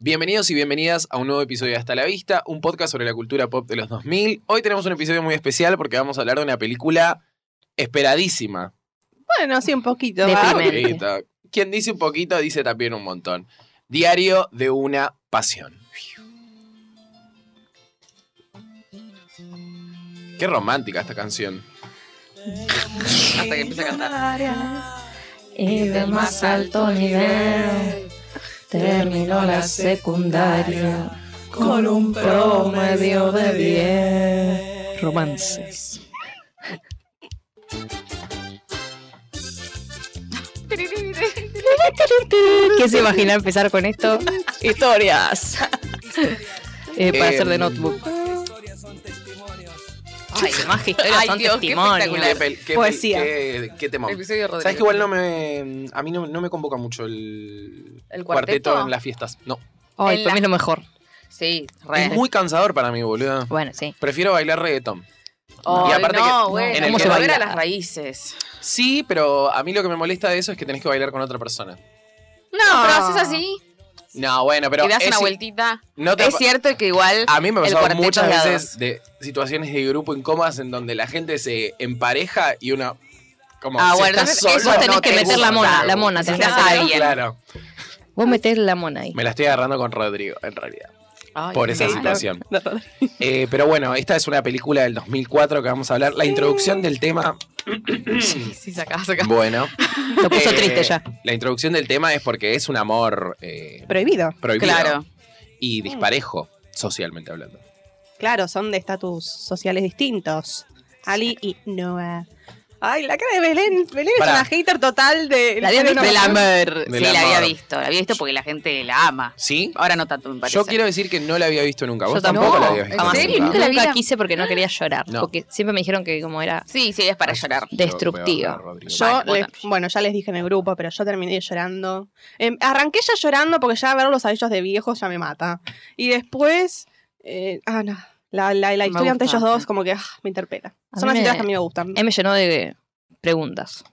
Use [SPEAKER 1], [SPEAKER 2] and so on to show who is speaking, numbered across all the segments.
[SPEAKER 1] Bienvenidos y bienvenidas a un nuevo episodio de Hasta la Vista, un podcast sobre la cultura pop de los 2000. Hoy tenemos un episodio muy especial porque vamos a hablar de una película esperadísima.
[SPEAKER 2] Bueno, sí, un poquito. Ah,
[SPEAKER 3] De
[SPEAKER 2] ¿va?
[SPEAKER 3] primer. Deprimente.
[SPEAKER 1] Poquito. Quien dice un poquito dice también un montón. Diario de una pasión. Qué romántica esta canción. Hasta que empiece a cantar.
[SPEAKER 3] y de más alto nivel. Terminó la secundaria con un promedio de 10. Romances. ¿Qué se imagina empezar con esto? Historias. Eh, para
[SPEAKER 1] Em.
[SPEAKER 3] hacer de notebook. Ay, más que historias
[SPEAKER 4] Ay,
[SPEAKER 3] son
[SPEAKER 4] Dios, qué
[SPEAKER 3] testimonios.
[SPEAKER 1] Qué,
[SPEAKER 4] espectacular.
[SPEAKER 1] pel- qué pel-
[SPEAKER 2] Poesía.
[SPEAKER 1] Qué, qué temón.
[SPEAKER 4] Episodio Rodrigo.
[SPEAKER 1] Sabes que igual no me. A mí no, no me convoca mucho el,
[SPEAKER 4] ¿El cuarteto?
[SPEAKER 1] en las fiestas. No.
[SPEAKER 3] Ay,
[SPEAKER 4] En
[SPEAKER 3] para
[SPEAKER 4] la-
[SPEAKER 3] mí es lo mejor.
[SPEAKER 4] Sí, re.
[SPEAKER 1] Es muy cansador para mí, boludo.
[SPEAKER 3] Bueno, sí.
[SPEAKER 1] Prefiero bailar reggaetón.
[SPEAKER 4] Ay,
[SPEAKER 1] y aparte
[SPEAKER 4] Oh, no,
[SPEAKER 3] que-
[SPEAKER 4] bueno,
[SPEAKER 3] en el
[SPEAKER 4] vamos
[SPEAKER 3] que
[SPEAKER 4] a volver
[SPEAKER 3] baila.
[SPEAKER 4] a las raíces.
[SPEAKER 1] Sí, pero a mí lo que me molesta de eso es que tenés que bailar con otra persona.
[SPEAKER 4] No, pero haces así
[SPEAKER 1] No, bueno, pero.
[SPEAKER 4] y das
[SPEAKER 1] es
[SPEAKER 4] una
[SPEAKER 1] si-
[SPEAKER 4] vueltita.
[SPEAKER 1] no te-
[SPEAKER 4] Es cierto que igual
[SPEAKER 1] a mí me ha
[SPEAKER 4] el
[SPEAKER 1] pasado
[SPEAKER 4] cuarteto
[SPEAKER 1] muchas
[SPEAKER 4] de a
[SPEAKER 1] veces de situaciones de grupo incómodas en donde la gente se empareja y una. Como,
[SPEAKER 4] Ah,
[SPEAKER 1] si
[SPEAKER 4] bueno,
[SPEAKER 1] estás
[SPEAKER 4] entonces
[SPEAKER 1] solo,
[SPEAKER 4] eso tenés
[SPEAKER 1] no
[SPEAKER 4] que
[SPEAKER 1] te
[SPEAKER 4] meter la
[SPEAKER 1] gusta,
[SPEAKER 4] mona,
[SPEAKER 1] claro.
[SPEAKER 3] la mona,
[SPEAKER 1] Si
[SPEAKER 3] tenés que
[SPEAKER 1] estás
[SPEAKER 4] hacer
[SPEAKER 1] solo,
[SPEAKER 4] alguien.
[SPEAKER 1] Claro.
[SPEAKER 3] Vos metés la mona ahí.
[SPEAKER 1] Me la estoy agarrando con Rodrigo, en realidad.
[SPEAKER 4] Ay,
[SPEAKER 1] por esa
[SPEAKER 4] claro.
[SPEAKER 1] situación.
[SPEAKER 2] No, no, no.
[SPEAKER 1] Eh, pero bueno, esta es una película del 2004 que vamos a hablar. La introducción del tema.
[SPEAKER 4] Sí, sí, sacá, sacá.
[SPEAKER 1] Bueno.
[SPEAKER 3] Lo puso
[SPEAKER 1] eh,
[SPEAKER 3] triste ya.
[SPEAKER 1] La introducción del tema es porque es un amor eh,
[SPEAKER 2] Prohibido.
[SPEAKER 1] prohibido
[SPEAKER 4] Claro.
[SPEAKER 3] Mm.
[SPEAKER 1] y disparejo, socialmente hablando.
[SPEAKER 2] Claro, son de estatus sociales distintos. Ali y Noah. Ay, la cara de Belén. Belén
[SPEAKER 1] Pará.
[SPEAKER 2] es una hater total de.
[SPEAKER 3] La había visto
[SPEAKER 2] de
[SPEAKER 4] Del
[SPEAKER 3] la-
[SPEAKER 4] amor. Sí,
[SPEAKER 1] Del
[SPEAKER 4] la había
[SPEAKER 1] amor.
[SPEAKER 4] visto. La había visto porque la gente la ama.
[SPEAKER 1] ¿Sí?
[SPEAKER 4] Ahora no tanto, me parece.
[SPEAKER 1] Yo quiero decir que no la había visto nunca. Vos
[SPEAKER 3] Yo
[SPEAKER 1] tampoco,
[SPEAKER 3] tampoco.
[SPEAKER 1] la habías visto.
[SPEAKER 4] ¿En
[SPEAKER 3] Jamás.
[SPEAKER 4] serio?
[SPEAKER 1] nunca.
[SPEAKER 3] Nunca
[SPEAKER 4] ¿Nunca la
[SPEAKER 3] la
[SPEAKER 4] vi?
[SPEAKER 3] quise porque no quería llorar.
[SPEAKER 1] No.
[SPEAKER 3] Porque siempre me dijeron que como era...
[SPEAKER 4] Sí, sí, es para llorar.
[SPEAKER 3] Destructiva.
[SPEAKER 1] Yo voy a Rodrigo.
[SPEAKER 2] Yo,
[SPEAKER 4] Bueno,
[SPEAKER 2] les-
[SPEAKER 4] bueno.
[SPEAKER 2] bueno, ya les dije en el grupo, pero yo terminé llorando. Em, arranqué ya llorando porque ya ver los anillos de viejos ya me mata. Y después, eh, ah, no, la, la, la
[SPEAKER 4] Me
[SPEAKER 2] historia entre
[SPEAKER 4] gusta.
[SPEAKER 2] ellos dos como que ah, me interpela.
[SPEAKER 3] A
[SPEAKER 2] Son las
[SPEAKER 3] mí me- em,
[SPEAKER 2] historias que a mí me gustan.
[SPEAKER 3] Él me llenó de preguntas.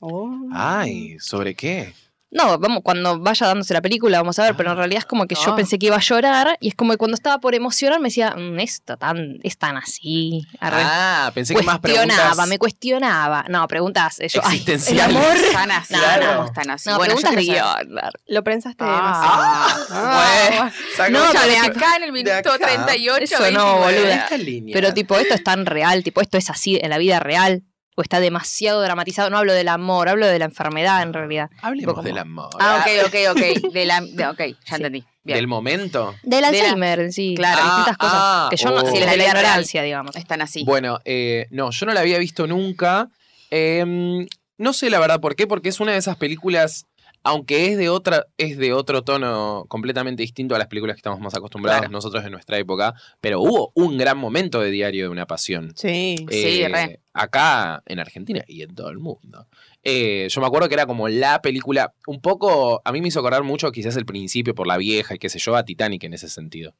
[SPEAKER 2] Oh.
[SPEAKER 1] Ay, ¿sobre qué?
[SPEAKER 3] No, vamos, cuando vaya dándose la película vamos a ver, pero en realidad es como que yo
[SPEAKER 4] Ah.
[SPEAKER 3] pensé que iba a llorar y es como que cuando estaba por emocionar me decía, "Mm, esta tan, es tan así. arre".
[SPEAKER 1] Ah, pensé que más preguntas.
[SPEAKER 3] cuestionaba, me cuestionaba. No, preguntas. eh, Yo, ay, el
[SPEAKER 1] Existenciales.
[SPEAKER 3] amor.
[SPEAKER 4] Tan así,
[SPEAKER 3] Claro.
[SPEAKER 4] no, tan así.
[SPEAKER 3] No,
[SPEAKER 4] Bueno, yo
[SPEAKER 3] preguntas de
[SPEAKER 4] quiero saber-
[SPEAKER 3] guión, claro.
[SPEAKER 2] Lo pensaste demasiado.
[SPEAKER 4] Ah,
[SPEAKER 2] Ah,
[SPEAKER 4] bueno.
[SPEAKER 1] Saca
[SPEAKER 3] No,
[SPEAKER 1] un
[SPEAKER 3] pero
[SPEAKER 4] Escúchame,
[SPEAKER 1] chat.
[SPEAKER 4] acá en el minuto
[SPEAKER 1] acá.
[SPEAKER 4] 38.
[SPEAKER 3] Eso
[SPEAKER 1] Ah,
[SPEAKER 3] no,
[SPEAKER 4] 29.
[SPEAKER 3] boluda.
[SPEAKER 1] Esta línea.
[SPEAKER 3] Pero tipo, esto es tan real, tipo, esto es así en la vida real. O está demasiado dramatizado. No hablo del amor, hablo de la enfermedad en realidad.
[SPEAKER 1] Hablemos
[SPEAKER 3] como-
[SPEAKER 1] del amor.
[SPEAKER 4] Ah, ok, ok, ok. De la, de- ok, ya
[SPEAKER 3] Sí.
[SPEAKER 4] entendí. Bien.
[SPEAKER 1] Del momento.
[SPEAKER 3] Del
[SPEAKER 4] la-
[SPEAKER 3] Alzheimer, en sí.
[SPEAKER 4] Claro.
[SPEAKER 3] distintas
[SPEAKER 1] Ah,
[SPEAKER 3] cosas.
[SPEAKER 1] ah,
[SPEAKER 3] que yo no
[SPEAKER 1] oh.
[SPEAKER 3] sé,
[SPEAKER 4] Sí, la
[SPEAKER 3] de la
[SPEAKER 4] vida real.
[SPEAKER 3] ignorancia, digamos.
[SPEAKER 4] Están así.
[SPEAKER 1] Bueno, eh, no, yo no la había visto nunca. Em, no sé la verdad por qué, porque es una de esas películas, aunque es de otra, es de otro tono completamente distinto a las películas que estamos más acostumbrados
[SPEAKER 4] Claro.
[SPEAKER 1] nosotros en nuestra época, pero hubo un gran momento de Diario de una Pasión.
[SPEAKER 2] Sí.
[SPEAKER 4] Sí, re.
[SPEAKER 1] Eh, Acá en Argentina y en todo el mundo. Eh, yo me acuerdo que era como la película, un poco, a mí me hizo acordar mucho quizás el principio por la vieja y qué sé yo, a Titanic en ese sentido.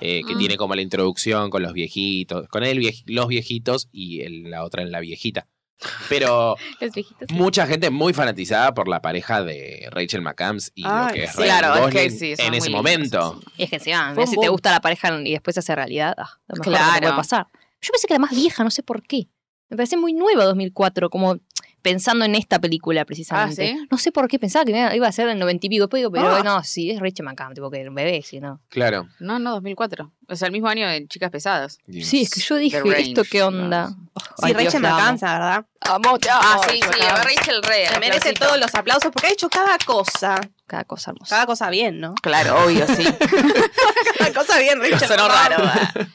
[SPEAKER 1] Eh, que
[SPEAKER 4] Mm.
[SPEAKER 1] tiene como la introducción con los viejitos, con el viej- los viejitos y el- la otra en la viejita. Pero
[SPEAKER 4] Los viejitos.
[SPEAKER 1] mucha gente muy fanatizada por la pareja de Rachel McAdams y lo
[SPEAKER 2] Ay,
[SPEAKER 1] que es
[SPEAKER 2] sí.
[SPEAKER 1] Ryan
[SPEAKER 4] Claro, es que
[SPEAKER 1] Gosling
[SPEAKER 4] sí, son
[SPEAKER 1] en
[SPEAKER 4] muy
[SPEAKER 1] ese
[SPEAKER 4] lindos,
[SPEAKER 1] momento.
[SPEAKER 4] sí,
[SPEAKER 3] Y es que encima,
[SPEAKER 2] Fue un
[SPEAKER 3] si te
[SPEAKER 2] boom.
[SPEAKER 3] gusta la pareja y después se hace realidad, ah, lo mejor que te puede
[SPEAKER 4] Claro.
[SPEAKER 3] pasar. Yo pensé que era más vieja, no sé por qué. Me parece muy nueva 2004, como pensando en esta película precisamente.
[SPEAKER 4] Ah, ¿sí?
[SPEAKER 3] No sé por qué pensaba que me iba a ser del 90 y pico. Después digo, pero
[SPEAKER 2] Ah.
[SPEAKER 3] no, sí, es Rachel McCann, tipo que el bebé, si no.
[SPEAKER 1] Claro.
[SPEAKER 4] No, no, 2004. O sea, el mismo año de Chicas Pesadas.
[SPEAKER 3] Sí, es que yo dije,
[SPEAKER 4] range,
[SPEAKER 3] ¿esto qué onda?
[SPEAKER 2] Sí, Rachel me cansa, ¿verdad?
[SPEAKER 4] Ah, sí, sí, a Rachel Red.
[SPEAKER 2] Se merece todos los aplausos porque ha hecho cada cosa.
[SPEAKER 3] Cada cosa hermosa.
[SPEAKER 2] Cada cosa bien, ¿no?
[SPEAKER 4] Claro, obvio, sí.
[SPEAKER 2] Cada cosa bien, Rachel.
[SPEAKER 4] Sonó raro.
[SPEAKER 3] Ay,
[SPEAKER 1] Sí,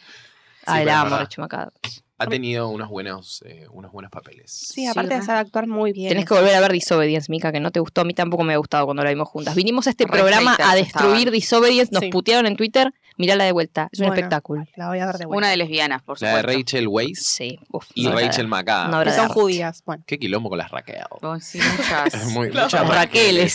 [SPEAKER 3] la
[SPEAKER 1] pero
[SPEAKER 3] amo,
[SPEAKER 1] verdad.
[SPEAKER 3] Rachel McCann.
[SPEAKER 1] Ha tenido unos buenos, eh, unos buenos papeles.
[SPEAKER 2] Sí, aparte de
[SPEAKER 4] re.
[SPEAKER 2] saber actuar muy bien.
[SPEAKER 3] Tenés que volver a ver Disobedience, Mica, que no te gustó. A mí tampoco me ha gustado cuando la vimos juntas. Vinimos a este
[SPEAKER 4] Re
[SPEAKER 3] programa a
[SPEAKER 4] haters
[SPEAKER 3] destruir
[SPEAKER 4] estaban.
[SPEAKER 3] Disobedience. Nos
[SPEAKER 2] Sí.
[SPEAKER 3] putearon en Twitter. Mirala de vuelta. Es un
[SPEAKER 2] Bueno.
[SPEAKER 3] espectáculo.
[SPEAKER 2] La voy a ver de vuelta.
[SPEAKER 4] Una de lesbianas, por
[SPEAKER 1] La de
[SPEAKER 4] supuesto.
[SPEAKER 1] Rachel Weisz
[SPEAKER 3] Sí. uf,
[SPEAKER 1] y
[SPEAKER 3] no era-
[SPEAKER 1] Rachel McAdams.
[SPEAKER 3] no habrá
[SPEAKER 2] Que
[SPEAKER 3] de
[SPEAKER 2] son
[SPEAKER 3] arte.
[SPEAKER 2] judías. Bueno.
[SPEAKER 1] Qué quilombo con las Raquel.
[SPEAKER 4] Oh, sí, muchas.
[SPEAKER 1] Es muy,
[SPEAKER 2] Claro.
[SPEAKER 1] Muchas Raqueles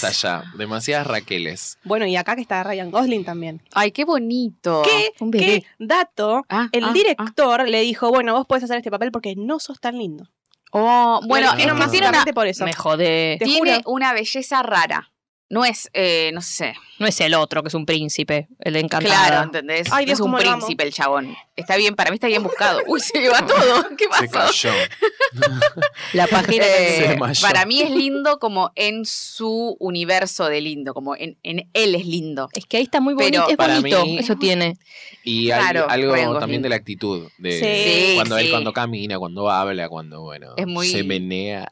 [SPEAKER 3] Raqueles.
[SPEAKER 1] allá. Demasiadas Raqueles.
[SPEAKER 2] bueno, y acá que está Ryan Gosling también.
[SPEAKER 4] Ay, qué bonito.
[SPEAKER 2] ¿Qué,
[SPEAKER 3] un
[SPEAKER 2] qué
[SPEAKER 3] bebé.
[SPEAKER 2] dato?
[SPEAKER 4] Ah,
[SPEAKER 2] El
[SPEAKER 4] ah, ah.
[SPEAKER 2] director le dijo, bueno, vos podés hacer este papel porque no sos tan lindo.
[SPEAKER 4] Oh, bueno,
[SPEAKER 1] Lo
[SPEAKER 4] es
[SPEAKER 1] eligieron
[SPEAKER 4] que tiene una,
[SPEAKER 2] básicamente por eso.
[SPEAKER 3] Me jodé.
[SPEAKER 2] Te
[SPEAKER 4] tiene
[SPEAKER 2] juro.
[SPEAKER 4] una belleza rara. no es, eh, no sé.
[SPEAKER 3] No es el otro, que es un príncipe, el de encantada.
[SPEAKER 4] Claro, ¿entendés?
[SPEAKER 2] Ay,
[SPEAKER 4] No
[SPEAKER 2] Dios,
[SPEAKER 4] es un
[SPEAKER 2] cómo lo amo.
[SPEAKER 4] príncipe el chabón. Está bien, para mí está bien buscado. Uy, se lleva todo. ¿Qué
[SPEAKER 1] Se
[SPEAKER 4] pasó?
[SPEAKER 1] cayó.
[SPEAKER 3] La página
[SPEAKER 4] Eh,
[SPEAKER 1] Se desmayó.
[SPEAKER 4] para mí es lindo como en su universo de lindo, como en, en él es lindo.
[SPEAKER 3] Es que ahí está muy
[SPEAKER 4] Pero
[SPEAKER 3] bonito, es
[SPEAKER 1] para
[SPEAKER 3] bonito,
[SPEAKER 1] mí-
[SPEAKER 3] eso tiene.
[SPEAKER 1] Y hay
[SPEAKER 4] Claro, Ryan
[SPEAKER 1] algo
[SPEAKER 4] Gosling.
[SPEAKER 1] también de la actitud. De
[SPEAKER 2] Sí.
[SPEAKER 1] cuando él
[SPEAKER 4] sí.
[SPEAKER 1] cuando camina, cuando habla, cuando bueno.
[SPEAKER 4] Es muy- Ah.
[SPEAKER 1] Se menea.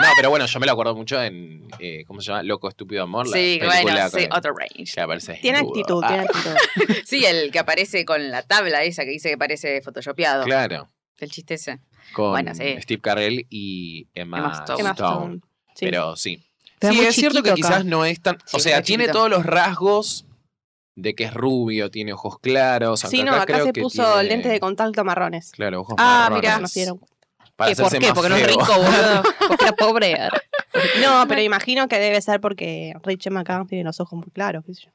[SPEAKER 1] No, pero bueno, yo me lo acuerdo mucho en. eh, ¿Cómo se llama? Loco, estúpido amor. La
[SPEAKER 4] sí,
[SPEAKER 1] película
[SPEAKER 4] bueno,
[SPEAKER 1] con-
[SPEAKER 4] sí, otro range.
[SPEAKER 1] que aparece
[SPEAKER 2] Tiene
[SPEAKER 1] desnudo.
[SPEAKER 2] actitud,
[SPEAKER 1] Ah,
[SPEAKER 2] tiene actitud.
[SPEAKER 4] Sí, el que aparece con la tabla esa que dice que parece photoshopeado.
[SPEAKER 1] Claro.
[SPEAKER 4] El chiste ese.
[SPEAKER 1] Con
[SPEAKER 4] Bueno, sí.
[SPEAKER 1] Steve Carell y Emma,
[SPEAKER 4] Emma Stone.
[SPEAKER 2] Emma
[SPEAKER 1] Stone.
[SPEAKER 2] Stone. Sí.
[SPEAKER 1] Pero sí.
[SPEAKER 3] Pero
[SPEAKER 1] sí,
[SPEAKER 3] muy
[SPEAKER 1] es cierto que
[SPEAKER 3] chiquito acá.
[SPEAKER 1] quizás no es tan. o
[SPEAKER 4] Sí,
[SPEAKER 1] sea,
[SPEAKER 4] está
[SPEAKER 1] tiene
[SPEAKER 4] chiquito.
[SPEAKER 1] todos los rasgos de que es rubio, tiene ojos claros.
[SPEAKER 2] sí,
[SPEAKER 1] aunque
[SPEAKER 2] no, acá
[SPEAKER 1] creo
[SPEAKER 2] se
[SPEAKER 1] que
[SPEAKER 2] puso
[SPEAKER 1] tiene-
[SPEAKER 2] lentes de contacto marrones.
[SPEAKER 1] Claro, ojos
[SPEAKER 4] Ah,
[SPEAKER 1] marrones.
[SPEAKER 4] mirá.
[SPEAKER 2] Nos dieron.
[SPEAKER 1] Para
[SPEAKER 3] ¿Qué? ¿Por
[SPEAKER 1] hacerse
[SPEAKER 3] qué?
[SPEAKER 1] más
[SPEAKER 3] Porque no es
[SPEAKER 1] feo.
[SPEAKER 3] rico, boludo. Porque era pobre. ar.
[SPEAKER 2] No, pero imagino que debe ser porque Richie McCann tiene los ojos muy claros. qué sé yo.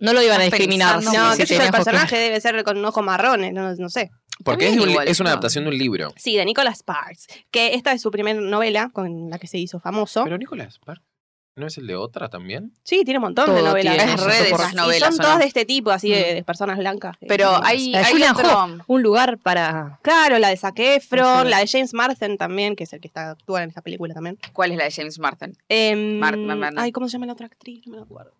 [SPEAKER 3] No lo iban a
[SPEAKER 4] Estás
[SPEAKER 3] discriminar.
[SPEAKER 4] pensando
[SPEAKER 2] No,
[SPEAKER 4] sí,
[SPEAKER 2] qué sé
[SPEAKER 4] sí,
[SPEAKER 2] yo, el
[SPEAKER 3] tenía ojos
[SPEAKER 2] personaje debe ser con ojos marrones, no, no sé.
[SPEAKER 1] Porque
[SPEAKER 4] Está
[SPEAKER 1] es, de
[SPEAKER 4] bien
[SPEAKER 1] un li-
[SPEAKER 4] igual,
[SPEAKER 1] es una
[SPEAKER 4] no.
[SPEAKER 1] adaptación de un libro.
[SPEAKER 2] Sí, de Nicholas Sparks, que esta es su primera novela con la que se hizo famoso.
[SPEAKER 1] Pero Nicolás Park, ¿no es el de otra también?
[SPEAKER 2] sí, tiene un montón de
[SPEAKER 3] Todo
[SPEAKER 2] novelas.
[SPEAKER 3] tiene,
[SPEAKER 4] Es re de esas
[SPEAKER 2] Y
[SPEAKER 4] novelas.
[SPEAKER 2] son
[SPEAKER 4] ¿o
[SPEAKER 2] todas
[SPEAKER 4] no?
[SPEAKER 2] de este tipo, así de, de personas blancas. Eh, que-
[SPEAKER 4] Pero hay,
[SPEAKER 3] La de
[SPEAKER 4] hay
[SPEAKER 3] Julian
[SPEAKER 4] otro-
[SPEAKER 3] Un lugar para.
[SPEAKER 2] Claro, la de Zac Efron,
[SPEAKER 3] Ujú.
[SPEAKER 2] la de James Marsden también, que es el que está, actúa en esta película también.
[SPEAKER 4] ¿Cuál es la de James Marsden?
[SPEAKER 2] Em,
[SPEAKER 4] Mar- Mar- Mar-
[SPEAKER 2] ay, ¿cómo se llama la otra actriz? No me acuerdo.